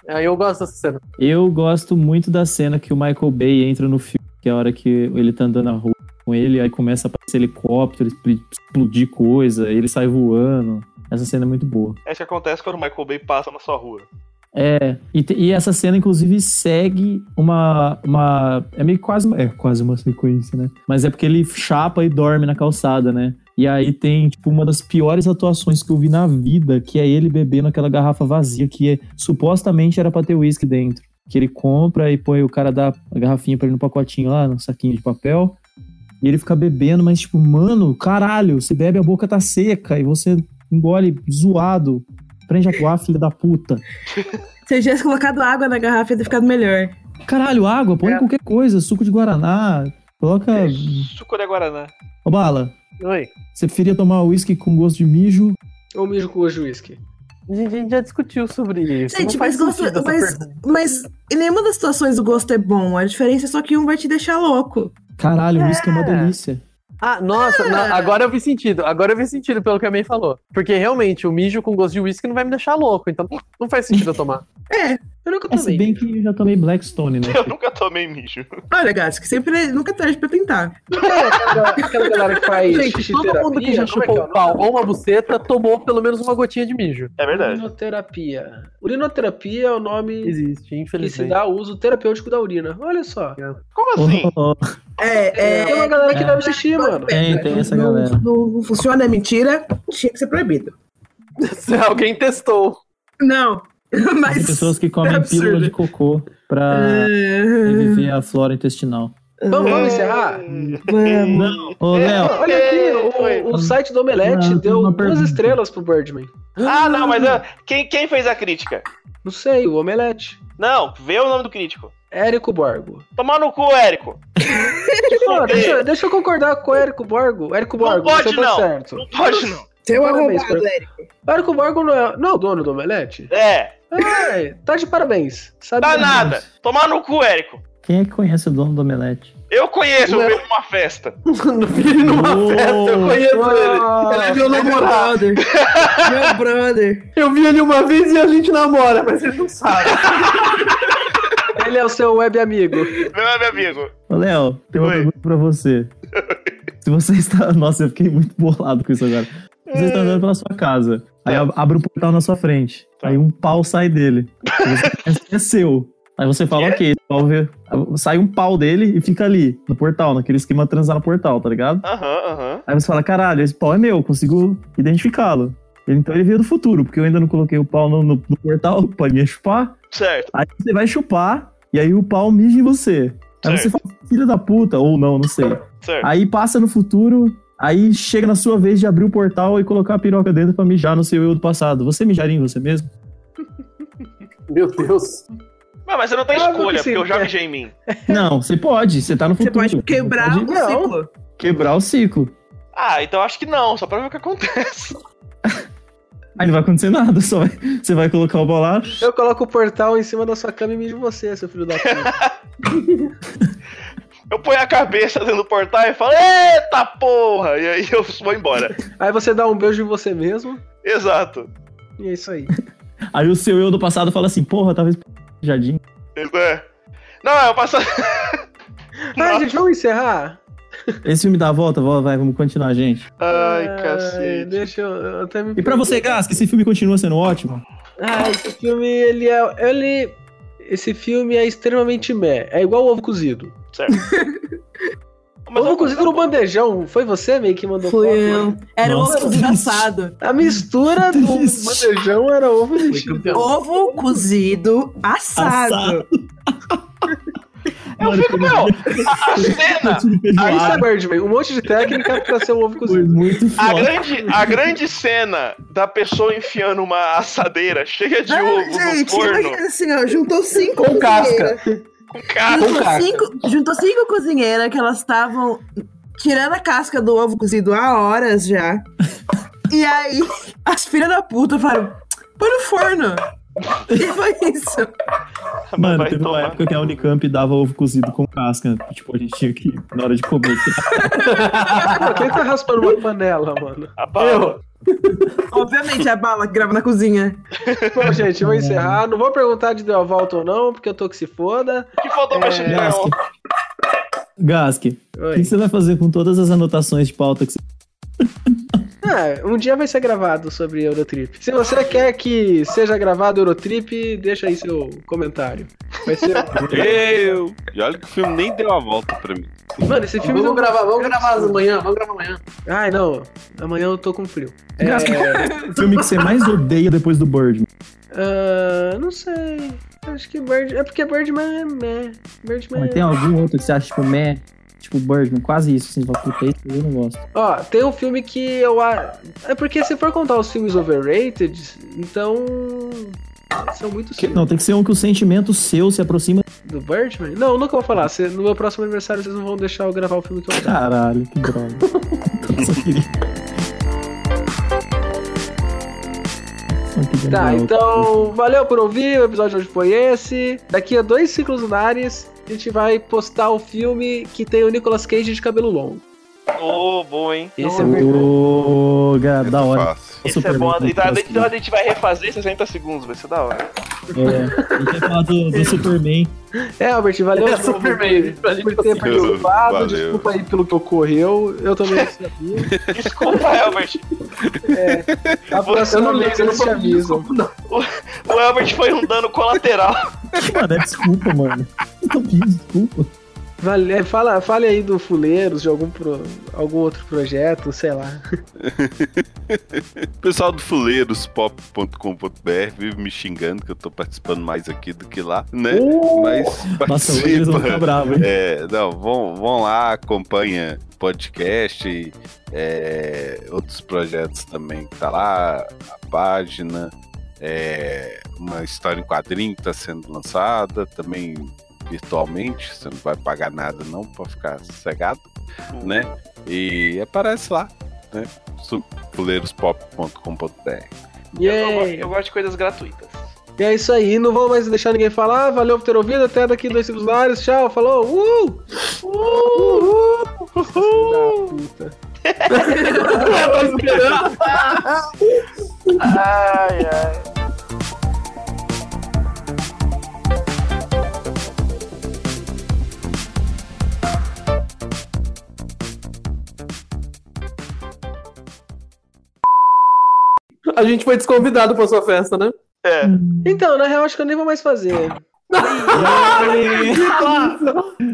Speaker 4: Aí eu gosto dessa cena.
Speaker 3: Eu gosto muito da cena que o Michael Bay entra no filme, que é a hora que ele tá andando na rua com ele, aí começa a aparecer helicóptero, expl- explodir coisa, ele sai voando. Essa cena é muito boa.
Speaker 2: É isso que acontece quando o Michael Bay passa na sua rua.
Speaker 3: É, e, te- e essa cena, inclusive, segue uma. uma é meio quase, uma- é quase uma sequência, né? Mas é porque ele chapa e dorme na calçada, né? E aí tem, tipo, uma das piores atuações que eu vi na vida, que é ele bebendo aquela garrafa vazia, que é- supostamente era pra ter uísque dentro. Que ele compra e põe o cara dá a garrafinha pra ele no pacotinho lá, no saquinho de papel. E ele fica bebendo, mas, tipo, mano, caralho, você bebe, a boca tá seca e você engole zoado. Prende a tua filha da puta.
Speaker 5: Se eu tivesse colocado água na garrafa, ia ter ficado melhor.
Speaker 3: Caralho, água, põe
Speaker 4: É.
Speaker 3: qualquer coisa, suco de guaraná,
Speaker 2: É.
Speaker 3: coloca.
Speaker 2: Suco de Guaraná.
Speaker 3: Ô, Bala,
Speaker 4: Oi.
Speaker 3: você preferia tomar uísque com gosto de mijo?
Speaker 1: Ou mijo com hoje whisky.
Speaker 4: A gente, a gente já discutiu sobre isso.
Speaker 5: Gente,
Speaker 4: Não
Speaker 5: mas
Speaker 4: faz
Speaker 5: gosto-
Speaker 4: sentido essa
Speaker 5: mas-
Speaker 4: pergunta.
Speaker 5: Mas em nenhuma das situações o gosto é bom. A diferença é só que um vai te deixar louco.
Speaker 3: Caralho, uísque é uma
Speaker 4: É.
Speaker 3: delícia.
Speaker 4: Ah, nossa, na- agora eu vi sentido. Agora eu vi sentido pelo que a May falou. Porque realmente o mijo com gosto de uísque não vai me deixar louco, então não faz sentido eu tomar.
Speaker 1: Eu nunca
Speaker 3: É, se
Speaker 1: tomei.
Speaker 3: bem que eu já tomei Blackstone, né?
Speaker 2: Eu nunca tomei mijo.
Speaker 5: Olha, Gask, sempre nunca é tarde pra tentar.
Speaker 1: É, aquela, aquela galera que faz é
Speaker 4: Gente, todo mundo que já
Speaker 3: é
Speaker 4: chupou um pau ou uma buceta tomou pelo menos uma gotinha de mijo.
Speaker 2: É verdade.
Speaker 1: Urinoterapia. Urinoterapia é o nome
Speaker 4: Existe,
Speaker 1: que se
Speaker 4: infelizmente.
Speaker 1: dá o uso terapêutico da urina. Olha só.
Speaker 4: É.
Speaker 2: Como assim?
Speaker 3: Oh,
Speaker 5: É,
Speaker 1: Tem
Speaker 5: é.
Speaker 1: uma galera que
Speaker 3: é.
Speaker 1: deve assistir, mano.
Speaker 3: tem, tem essa
Speaker 5: não,
Speaker 3: galera.
Speaker 5: não- não funciona, é mentira. Tinha que ser proibido.
Speaker 4: Se alguém testou.
Speaker 5: Não,
Speaker 3: Tem
Speaker 5: mas.
Speaker 3: pessoas que tá- comem
Speaker 5: absurdo.
Speaker 3: pílula de cocô pra
Speaker 5: Ah,
Speaker 3: reviver a flora intestinal.
Speaker 1: Vamos, vamos encerrar?
Speaker 5: Vamos.
Speaker 3: Ô, Léo,
Speaker 1: Olha
Speaker 2: Foi.
Speaker 1: aqui, o, o site do Omelete
Speaker 3: Ah, tem
Speaker 1: deu
Speaker 3: uma
Speaker 1: duas
Speaker 3: pergunta.
Speaker 1: estrelas pro Birdman.
Speaker 2: Ah, não, mas ah, quem, quem fez a crítica?
Speaker 1: Não sei, o Omelete.
Speaker 2: Não, vê o nome do crítico.
Speaker 1: Érico Borgo.
Speaker 2: Tomar no cu, Érico.
Speaker 1: Pô, deixa, deixa eu concordar com o Érico Borgo. Érico
Speaker 2: Não
Speaker 1: Borgo,
Speaker 2: pode,
Speaker 1: você tá
Speaker 2: não.
Speaker 1: certo.
Speaker 2: Não pode, não.
Speaker 5: Seu
Speaker 1: Parabéns,
Speaker 5: arrombado,
Speaker 1: Bruno.
Speaker 5: Eric.
Speaker 1: O Érico Borgo não é, não é o dono do Omelete?
Speaker 2: É,
Speaker 1: É, tá de parabéns. Sabe
Speaker 2: dá Tá nada. Tomar no cu, Érico.
Speaker 3: quem é que conhece o dono do Omelete?
Speaker 2: Eu conheço, eu
Speaker 4: Não.
Speaker 2: vejo uma festa.
Speaker 4: No filho numa
Speaker 3: Uou.
Speaker 4: festa, eu conheço ele.
Speaker 1: Ah,
Speaker 5: Ele é meu namorado. meu brother.
Speaker 4: Eu vi ele uma vez e a gente namora, mas vocês não sabem.
Speaker 1: Ele é o seu web amigo.
Speaker 2: Meu é meu amigo.
Speaker 3: Ô, Léo, tem uma
Speaker 2: Oi.
Speaker 3: pergunta pra você. Se você está. Nossa, eu fiquei muito bolado com isso agora. Você está andando pela sua casa. Aí ab- abre um portal na sua frente. Aí um pau sai dele. Aí você pensa que é seu. Aí você fala, ok, esse pau veio- sai um pau dele e fica ali, no portal, naquele esquema transar no portal, tá ligado?
Speaker 2: Aham, aham.
Speaker 3: Aí você fala, caralho, esse pau é meu, eu consigo identificá-lo. Ele- Então ele veio do futuro, porque eu ainda não coloquei o pau no, no- no portal pra me chupar.
Speaker 2: Certo.
Speaker 3: Aí você vai chupar, e aí o pau mija em você. Aí você fala, filha da puta, ou não, não sei.
Speaker 2: Certo.
Speaker 3: Aí passa no futuro, aí chega na sua vez de abrir o portal e colocar a piroca dentro pra mijar no seu eu do passado. Você mijaria em você mesmo?
Speaker 4: Meu Deus.
Speaker 2: Mas, mas você não tem
Speaker 1: Ah,
Speaker 2: escolha,
Speaker 1: porque
Speaker 2: porque eu já
Speaker 1: sim,
Speaker 2: mijei em mim.
Speaker 3: Não, você pode, você tá no
Speaker 5: Você
Speaker 3: futuro.
Speaker 5: pode quebrar
Speaker 3: Você
Speaker 5: o
Speaker 3: pode
Speaker 5: ciclo.
Speaker 3: quebrar o ciclo.
Speaker 2: Ah, então acho que não, só pra ver o que acontece.
Speaker 3: Aí não vai acontecer nada, só vai- você vai colocar o pau lá.
Speaker 1: Eu coloco o portal em cima da sua cama e mijo você, seu filho da puta.
Speaker 2: Eu ponho a cabeça dentro do portal e falo, eita porra! E aí eu vou embora.
Speaker 1: Aí você dá um beijo em você mesmo
Speaker 2: Exato.
Speaker 1: e é isso aí.
Speaker 3: Aí o seu eu do passado fala assim, porra, talvez mijadinho.
Speaker 2: É. Não, eu passo.
Speaker 1: Ah, gente, vamos encerrar?
Speaker 3: Esse filme dá a volta, vai, vai, vamos continuar, gente.
Speaker 2: Ai,
Speaker 1: Ah,
Speaker 2: cacete.
Speaker 1: Deixa eu, eu até me...
Speaker 3: E pra você, Gas, que esse filme continua sendo ótimo.
Speaker 1: Ah, esse filme, ele é... Ele... Esse filme é extremamente meh. É igual ovo cozido.
Speaker 2: Certo.
Speaker 1: ovo
Speaker 2: Mas vamos-
Speaker 1: cozido no bandejão. Foi você, meio que mandou
Speaker 5: Foi
Speaker 1: foto? né?
Speaker 5: eu. Era um
Speaker 3: Nossa,
Speaker 5: ovo cozido
Speaker 3: que
Speaker 5: assado.
Speaker 1: A mistura do
Speaker 3: Triste.
Speaker 1: bandejão era ovo mexido.
Speaker 5: Ovo cozido assado.
Speaker 3: Assado.
Speaker 2: Eu fico, meu, a cena,
Speaker 1: Aí
Speaker 3: Feijoada.
Speaker 1: você perde, velho. Um monte de técnica pra ser um ovo
Speaker 3: Foi
Speaker 1: cozido.
Speaker 3: muito
Speaker 2: a
Speaker 3: foda.
Speaker 2: grande, a grande cena da pessoa enfiando uma assadeira cheia de
Speaker 5: Ah,
Speaker 2: ovo no
Speaker 5: gente,
Speaker 2: forno
Speaker 5: imagina assim, ó, juntou cinco
Speaker 4: Com casca.
Speaker 5: cozinheiras.
Speaker 2: com cara.
Speaker 5: Juntou cinco, juntou cinco cozinheiras que elas estavam tirando a casca do ovo cozido há horas já. E aí, as filhas da puta falaram, põe no forno. E foi isso.
Speaker 3: Mano,
Speaker 2: Vai
Speaker 3: teve uma
Speaker 2: tomar.
Speaker 3: época que a Unicamp dava ovo cozido com casca. Tipo, a gente tinha que, na hora de comer, tirar
Speaker 1: Pô, Quem tá raspando uma panela, mano?
Speaker 2: A bala.
Speaker 5: Obviamente, a bala que grava na cozinha.
Speaker 1: Bom, gente, eu vou encerrar. Não vou perguntar de deu a volta ou não, porque eu tô que se foda.
Speaker 2: O que faltou pra
Speaker 1: É,
Speaker 2: um. chegar?
Speaker 3: a casca. Gask, o que
Speaker 1: Oi.
Speaker 3: você vai fazer com todas as anotações de pauta que você.
Speaker 1: Ah, um dia vai ser gravado sobre Eurotrip. Se você quer que seja gravado Eurotrip, deixa aí seu comentário. Vai ser.
Speaker 6: Eu! E olha que o filme nem deu a volta pra mim.
Speaker 1: Mano, esse filme
Speaker 4: Vamos
Speaker 1: não
Speaker 4: gravar, vamos gravar amanhã, vamos gravar amanhã.
Speaker 1: Ai, não. Amanhã eu tô com frio. É,
Speaker 3: Gask, o filme que você mais odeia depois do Birdman.
Speaker 1: ah, não sei. Acho que Bird. É porque Birdman é meh. Birdman
Speaker 3: Mas tem um- algum outro que você acha, tipo, meh? Tipo, Birdman, quase isso. Assim, você fala, puta, isso eu não gosto.
Speaker 1: Ó, tem um filme que eu. a- É porque se for contar os filmes overrated, então. São muitos filmes.
Speaker 3: Não, tem que ser um que o sentimento seu se aproxima.
Speaker 1: Do Birdman? Não, nunca vou falar. Se- no meu próximo aniversário vocês não vão deixar eu gravar o filme que eu quero.
Speaker 3: Caralho, que droga. Só queria. Só
Speaker 1: Tá,
Speaker 3: queria dar outro.
Speaker 1: então. Valeu por ouvir. O episódio de hoje foi esse. Daqui a dois ciclos lunares, a gente vai postar o filme que tem o Nicolas Cage de cabelo longo.
Speaker 2: Ô, bom, hein?
Speaker 1: Esse é
Speaker 3: Ô,
Speaker 1: muito.
Speaker 3: ga- da hora.
Speaker 6: Fácil.
Speaker 2: Isso é
Speaker 3: Superman
Speaker 2: bom.
Speaker 3: com
Speaker 2: Então a
Speaker 3: Nicolas
Speaker 2: gente- então a gente vai refazer em 60 segundos, vai ser da hora.
Speaker 3: É, a gente vai falar do, do Superman.
Speaker 1: É, Albert, valeu
Speaker 4: É
Speaker 1: de novo
Speaker 4: Superman, pra gente
Speaker 1: por ter
Speaker 4: conseguir.
Speaker 1: participado.
Speaker 6: Valeu.
Speaker 1: Desculpa aí pelo que ocorreu. Eu também não sabia.
Speaker 2: Desculpa, Elbert.
Speaker 1: A
Speaker 4: Eu
Speaker 1: próxima
Speaker 4: não
Speaker 1: vez
Speaker 4: lembro, eu não
Speaker 1: eles te
Speaker 4: sou
Speaker 1: avisam.
Speaker 4: desculpa, não.
Speaker 2: O Elbert foi um dano colateral.
Speaker 3: Mano, é desculpa, mano. Eu não pedi desculpa.
Speaker 1: Vale, é, fala, fale aí do Fuleiros, de algum, pro- algum outro projeto, sei lá.
Speaker 6: pessoal do fuleirospop.com.br vive me xingando que eu tô participando mais aqui do que lá, né?
Speaker 4: Uh!
Speaker 6: Mas
Speaker 3: Nossa, hoje eles vão ficar
Speaker 6: participa.
Speaker 3: bravos, hein?
Speaker 6: É, não, vão, vão lá, acompanha podcast e é, outros projetos também que tá lá, a página, é, uma história em quadrinho que tá sendo lançada também virtualmente, você não vai pagar nada não pra ficar sossegado, né? E aparece lá, né? Su- fuleirospop.com.br
Speaker 1: E
Speaker 2: Eu, gosto-
Speaker 1: é,
Speaker 2: eu gosto de coisas gratuitas.
Speaker 1: e é isso aí, não vou mais deixar ninguém falar. Ah, Valeu por ter ouvido, até daqui dois segundos lares. Tchau, falou. Uh! Uh! Filho da puta.
Speaker 2: Ai, ai.
Speaker 4: a gente foi desconvidado pra sua festa, né?
Speaker 2: É.
Speaker 1: Então, na real, acho que eu nem vou mais fazer.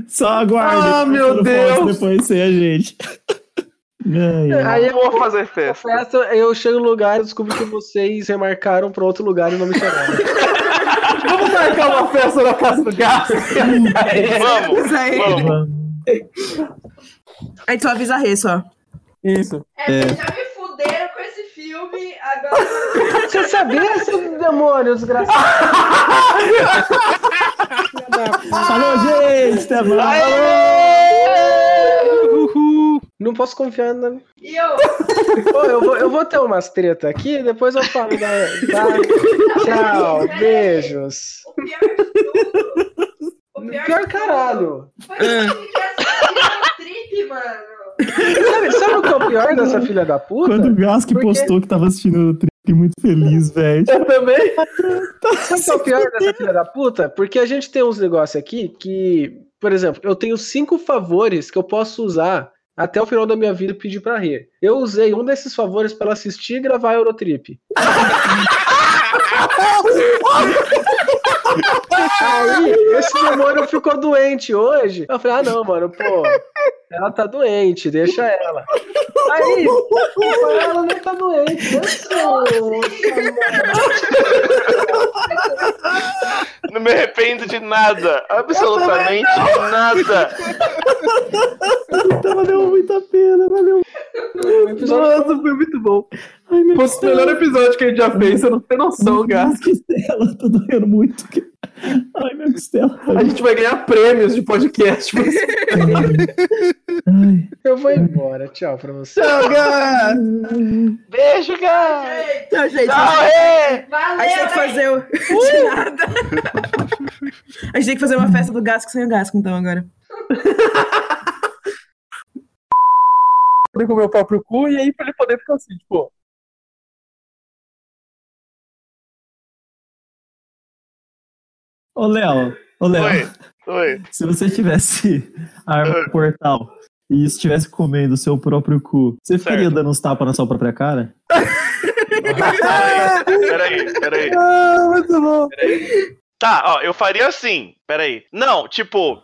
Speaker 3: Só aguarde.
Speaker 4: Ah, meu
Speaker 3: Quando
Speaker 4: Deus.
Speaker 3: for, Depois ser a gente. Ai, ai.
Speaker 1: Aí
Speaker 2: Eu
Speaker 1: eu
Speaker 2: vou fazer festa.
Speaker 1: festa, eu chego no lugar e descubro que vocês remarcaram pra outro lugar e não me chamaram.
Speaker 4: Vamos marcar uma festa na casa do gato.
Speaker 2: Vamos,
Speaker 5: Avisa aí.
Speaker 2: vamos.
Speaker 5: Aí tu avisa a Rê só.
Speaker 4: Isso.
Speaker 8: É, vocês já me fuderam com esse filme, agora.
Speaker 1: Você sabia, seu demônio desgraçado?
Speaker 3: Falou, gente! Até mais!
Speaker 1: Não posso confiar na.
Speaker 8: E eu,
Speaker 1: Pô, eu, vou, eu vou ter umas treta aqui, depois eu falo da. da- Tchau, beijos.
Speaker 8: o pior de tudo. O pior,
Speaker 1: Pior
Speaker 8: de tudo
Speaker 1: caralho.
Speaker 8: Foi que é assim, que essa trip, mano.
Speaker 1: Sabe, sabe o que é o pior dessa filha da puta?
Speaker 3: Quando o Gask
Speaker 1: Por quê?
Speaker 3: postou que tava assistindo o Trick, muito feliz, velho.
Speaker 4: Eu também.
Speaker 1: Sabe o que é o pior dessa filha da puta? Porque a gente tem uns negócios aqui que, por exemplo, eu tenho cinco favores que eu posso usar até o final da minha vida e pedir pra rir. Eu usei um desses favores pra ela assistir e gravar a Eurotrip. Aí, esse demônio ficou doente hoje. Eu falei, ah não, mano, pô, ela tá doente, deixa ela. Aí, pô, ela não tá doente, deixa ela.
Speaker 2: Não me arrependo de nada. Absolutamente nada.
Speaker 3: Então valeu muita pena, valeu.
Speaker 1: O episódio
Speaker 4: Nossa, foi muito bom.
Speaker 3: Ai, meu Uhum.
Speaker 4: Foi o melhor episódio que a gente já fez, você não tem noção,
Speaker 3: Minha
Speaker 4: Gato.
Speaker 3: costela, tá doendo muito. Ai, minha costela.
Speaker 4: A gente vai ganhar prêmios de podcast. por isso.
Speaker 3: Ai.
Speaker 1: Eu vou embora. Tchau pra você.
Speaker 4: Então,
Speaker 2: Beijo, cara.
Speaker 8: Gente,
Speaker 5: Então, gente,
Speaker 2: Tchau, Rê.
Speaker 8: valeu,
Speaker 5: a gente tem que
Speaker 8: hein?
Speaker 5: fazer o... De nada. a gente tem que fazer uma festa do Gasco sem o Gasco, então, agora.
Speaker 4: com o meu próprio cu e aí pra ele poder ficar assim, tipo.
Speaker 3: Ô, Léo, ô, Léo,
Speaker 2: Oi. Oi.
Speaker 3: se você tivesse a arma do portal e estivesse comendo o seu próprio cu, você ficaria
Speaker 2: Certo.
Speaker 3: dando uns tapas na sua própria cara?
Speaker 2: Peraí, peraí.
Speaker 4: Ah, muito bom.
Speaker 2: Tá, ó, eu faria assim. Peraí. Não, tipo,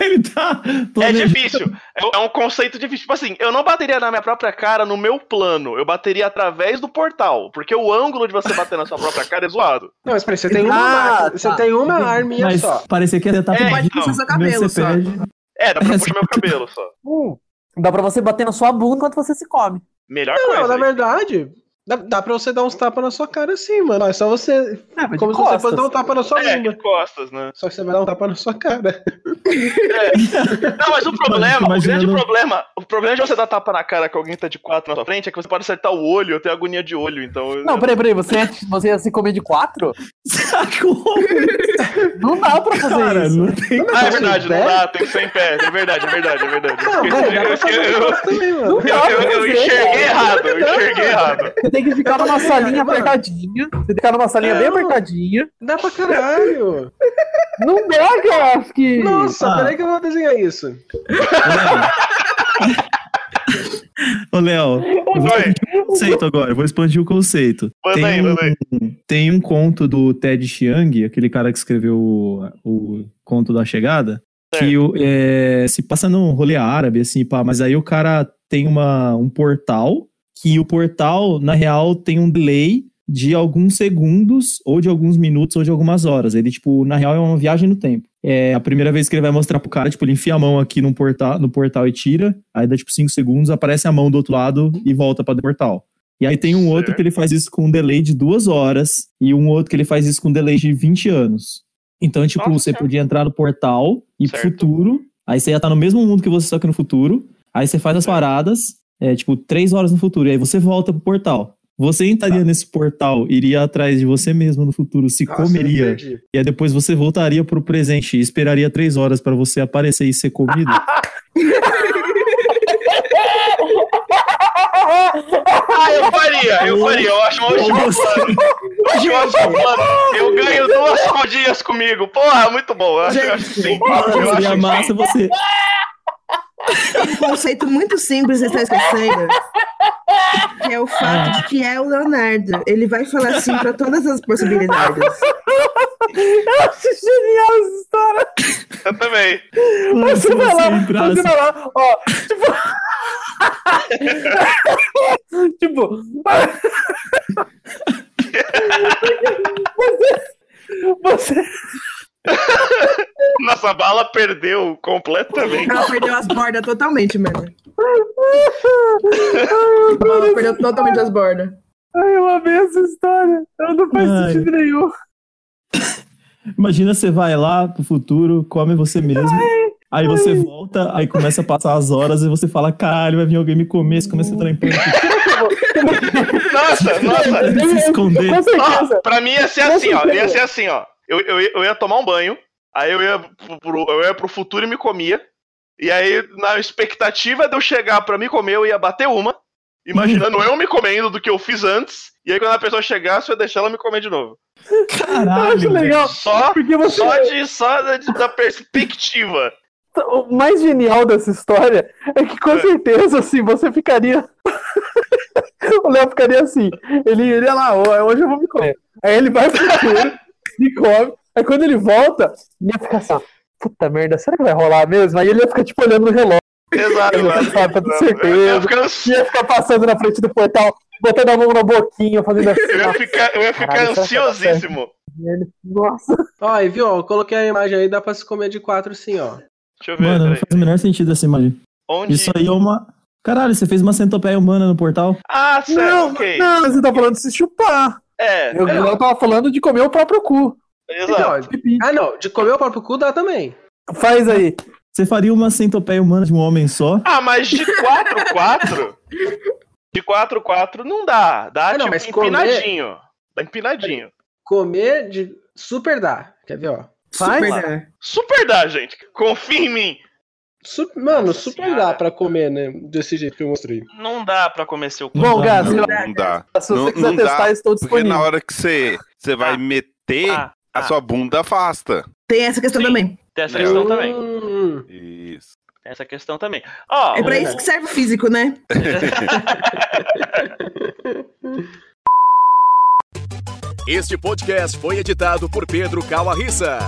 Speaker 3: Ele tá.
Speaker 1: né?
Speaker 2: é
Speaker 3: planejando-
Speaker 2: difícil. É, é um conceito difícil. Tipo assim, eu não bateria na minha própria cara no meu plano. Eu bateria através do portal. Porque o ângulo de você bater na sua própria cara é zoado.
Speaker 1: Não, espera, você tem uma,
Speaker 4: Ah,
Speaker 1: arma-
Speaker 4: tá.
Speaker 1: você tem uma arminha
Speaker 3: Mas
Speaker 1: só.
Speaker 3: parecia que ia tá
Speaker 2: É,
Speaker 3: pedindo,
Speaker 2: então.
Speaker 5: Puxar seu
Speaker 3: primeiro
Speaker 5: cabelo,
Speaker 3: você
Speaker 5: só.
Speaker 3: pede.
Speaker 2: É, dá pra puxar meu cabelo só.
Speaker 1: Um.
Speaker 4: Dá pra você bater na sua bunda enquanto você se come.
Speaker 2: Melhor
Speaker 1: Não,
Speaker 2: coisa.
Speaker 1: na verdade, dá, dá pra você dar uns tapas na sua cara sim, mano. É só você.
Speaker 3: Ah,
Speaker 1: como se você fosse dar um tapa na sua
Speaker 2: É,
Speaker 1: bunda.
Speaker 2: de costas, né?
Speaker 1: Só que você vai dar um tapa na sua cara.
Speaker 2: Não, mas o problema, o grande
Speaker 3: Imaginando-
Speaker 2: problema, o problema de você dar tapa na cara que alguém tá de quatro na sua frente é que você pode acertar o olho, eu tenho agonia de olho, então. eu-
Speaker 4: um- Não, peraí, peraí, você, ia- você ia se comer de quatro?
Speaker 3: Sacou?
Speaker 4: Não dá pra fazer
Speaker 3: Cara,
Speaker 4: isso.
Speaker 3: não tem.
Speaker 2: Ah, é
Speaker 1: Sem
Speaker 2: verdade,
Speaker 1: pé?
Speaker 2: não dá, tem que ser em pé. É verdade, é verdade, é verdade.
Speaker 1: assim, Não, velho, dá pra fazer um
Speaker 2: Eu- eu-
Speaker 1: negócio também, mano.
Speaker 4: Não dá
Speaker 2: Eu,
Speaker 4: pra
Speaker 2: eu- eu
Speaker 4: fazer, cara.
Speaker 2: enxerguei errado, eu enxerguei errado.
Speaker 4: Você tem que ficar numa salinha
Speaker 1: Mano.
Speaker 4: apertadinha. Você tem que ficar numa salinha bem
Speaker 1: Não.
Speaker 4: apertadinha.
Speaker 1: Dá pra caralho.
Speaker 4: Não dá, Gask!
Speaker 1: Nossa,
Speaker 3: Ah.
Speaker 1: peraí que eu vou desenhar isso.
Speaker 3: Ô, Léo, eu vou
Speaker 2: Oi,
Speaker 3: expandir o conceito agora, eu vou expandir o conceito.
Speaker 2: manda aí,
Speaker 3: Tem um,
Speaker 2: manda aí.
Speaker 3: tem um conto do Ted Chiang, aquele cara que escreveu o, o conto da chegada, que o- é, se passa num rolê árabe, assim, pá, mas aí o cara tem uma, um portal, que o portal, na real, tem um delay de alguns segundos, ou de alguns minutos, ou de algumas horas. Ele, tipo, na real, é uma viagem no tempo. É a primeira vez que ele vai mostrar pro cara, tipo, ele enfia a mão aqui no portal, no portal e tira, aí dá, tipo, 5 segundos, aparece a mão do outro lado e volta pra do portal. E aí tem um outro
Speaker 2: Certo.
Speaker 3: que ele faz isso com um delay de duas horas, e um outro que ele faz isso com um delay de 20 anos. Então, tipo,
Speaker 2: Nossa
Speaker 3: você
Speaker 2: Senhora.
Speaker 3: podia entrar no portal, ir pro
Speaker 2: Certo.
Speaker 3: futuro, aí você ia estar no mesmo mundo que você, só que no futuro, aí você faz as paradas, é, tipo, três horas no futuro, e aí você volta pro portal. Você entraria nesse portal, iria atrás de você mesmo no futuro, se
Speaker 1: Nossa, eu
Speaker 3: comeria,
Speaker 1: perdi.
Speaker 3: e aí depois você voltaria pro presente e esperaria três horas pra você aparecer e ser comido.
Speaker 2: Ah, eu faria, eu faria, eu acho um ótimo plano. Eu acho um ótimo plano. Eu ganho duas rodinhas comigo. Porra, muito bom. Eu acho, eu acho que sim. Eu acho
Speaker 3: Seria
Speaker 2: que
Speaker 3: massa
Speaker 2: sim.
Speaker 3: você.
Speaker 5: Um conceito muito simples, vocês estão esquecendo. é o fato de que é o Leonardo. Ele vai falar sim pra todas as possibilidades.
Speaker 4: Eu acho genial essa história.
Speaker 2: Eu também.
Speaker 4: Mas você vai lá, você vai lá, ó, tipo. tipo. você. Você.
Speaker 2: Nossa a bala perdeu completamente.
Speaker 5: Ela perdeu as bordas totalmente, mano. Ela perdeu totalmente as bordas.
Speaker 4: Ai, eu amei essa história. Ela não faz
Speaker 3: Ai.
Speaker 4: sentido nenhum.
Speaker 3: Imagina você vai lá pro futuro, come você mesmo. Aí você volta, aí começa a passar as horas e você fala, caralho, vai vir alguém me comer, você começa a entrar em pânico,
Speaker 2: Nossa, nossa.
Speaker 3: se esconder.
Speaker 4: Com certeza.
Speaker 2: Ó, pra mim ia ser assim, ó. Ia ser assim, ó. Eu, eu, ia- eu ia tomar um banho, aí eu ia, pro- pro, eu ia pro futuro e me comia. E aí, na expectativa de eu chegar pra me comer, eu ia bater uma. Imaginando eu me comendo do que eu fiz antes. E aí, quando a pessoa chegasse, eu ia deixar ela me comer de novo.
Speaker 3: Caralho,
Speaker 4: eu acho
Speaker 3: velho.
Speaker 4: legal.
Speaker 2: Só,
Speaker 4: Porque você.
Speaker 2: só, de, só da, da perspectiva.
Speaker 4: O mais genial dessa história é que com certeza, assim, você ficaria. o Léo ficaria assim. Ele iria lá, "Ó, hoje eu vou me comer.
Speaker 6: É.
Speaker 4: Aí ele vai pro futuro, me come. Aí quando ele volta, ele ia ficar assim, ó, puta merda, será que vai rolar mesmo? Aí ele ia ficar, tipo, olhando no relógio,
Speaker 2: Exato,
Speaker 4: Exato,
Speaker 2: exato.
Speaker 4: com
Speaker 2: Eu ia
Speaker 4: certeza.
Speaker 2: ficar
Speaker 4: ia ficar passando na frente do portal, botando a mão na boquinha, fazendo assim.
Speaker 2: Eu ia
Speaker 4: ó.
Speaker 2: ficar, eu ia ficar
Speaker 4: Caralho, será que vai dar certo?
Speaker 2: ansiosíssimo.
Speaker 4: Nossa,
Speaker 1: Ó, e viu, ó, eu coloquei a imagem aí, dá pra se comer de quatro sim, ó.
Speaker 2: Deixa eu ver.
Speaker 3: Mano, não
Speaker 2: peraí.
Speaker 3: faz o menor sentido essa imagem.
Speaker 2: Onde.
Speaker 3: Isso aí é uma. Caralho, você fez uma centopeia humana no portal?
Speaker 2: Ah, sério,
Speaker 4: não,
Speaker 2: ok.
Speaker 4: não, você tá falando de se chupar.
Speaker 2: É,
Speaker 4: Eu,
Speaker 2: é,
Speaker 4: eu tava falando de comer o próprio cu.
Speaker 2: exato.
Speaker 1: Ah, não, de comer o próprio cu dá também.
Speaker 4: Faz aí.
Speaker 3: Você faria uma centopeia humana de um homem só?
Speaker 2: Ah, mas de 4 4 De 4 4 não dá. Dá
Speaker 1: Ah, não,
Speaker 2: tipo
Speaker 1: mas comer-
Speaker 2: empinadinho. Dá empinadinho.
Speaker 1: Comer de. Super dá. Quer ver, ó?
Speaker 4: Faz?
Speaker 5: Super dá.
Speaker 2: Super dá, gente. Confia em mim.
Speaker 1: Su- Mano,
Speaker 2: Nossa
Speaker 1: super
Speaker 2: senhora.
Speaker 1: dá pra comer, né? Desse jeito que eu mostrei.
Speaker 2: Não dá pra comer seu cu.
Speaker 4: Bom, Gás,
Speaker 6: Não,
Speaker 4: se
Speaker 6: não dá.
Speaker 4: você
Speaker 6: Não-
Speaker 4: quiser
Speaker 6: não dá,
Speaker 4: testar, estou
Speaker 6: Porque
Speaker 4: é disponível.
Speaker 6: na hora que você, você vai
Speaker 2: Ah,
Speaker 6: meter,
Speaker 2: Ah,
Speaker 6: a sua bunda afasta.
Speaker 5: Tem essa questão
Speaker 2: Sim.
Speaker 5: também.
Speaker 2: tem essa questão também.
Speaker 1: Hum,
Speaker 6: Isso.
Speaker 2: Tem essa questão também. Ó,
Speaker 5: É pra
Speaker 1: verdade.
Speaker 5: isso que serve o físico, né?
Speaker 9: Este podcast foi editado por Pedro Calarissa.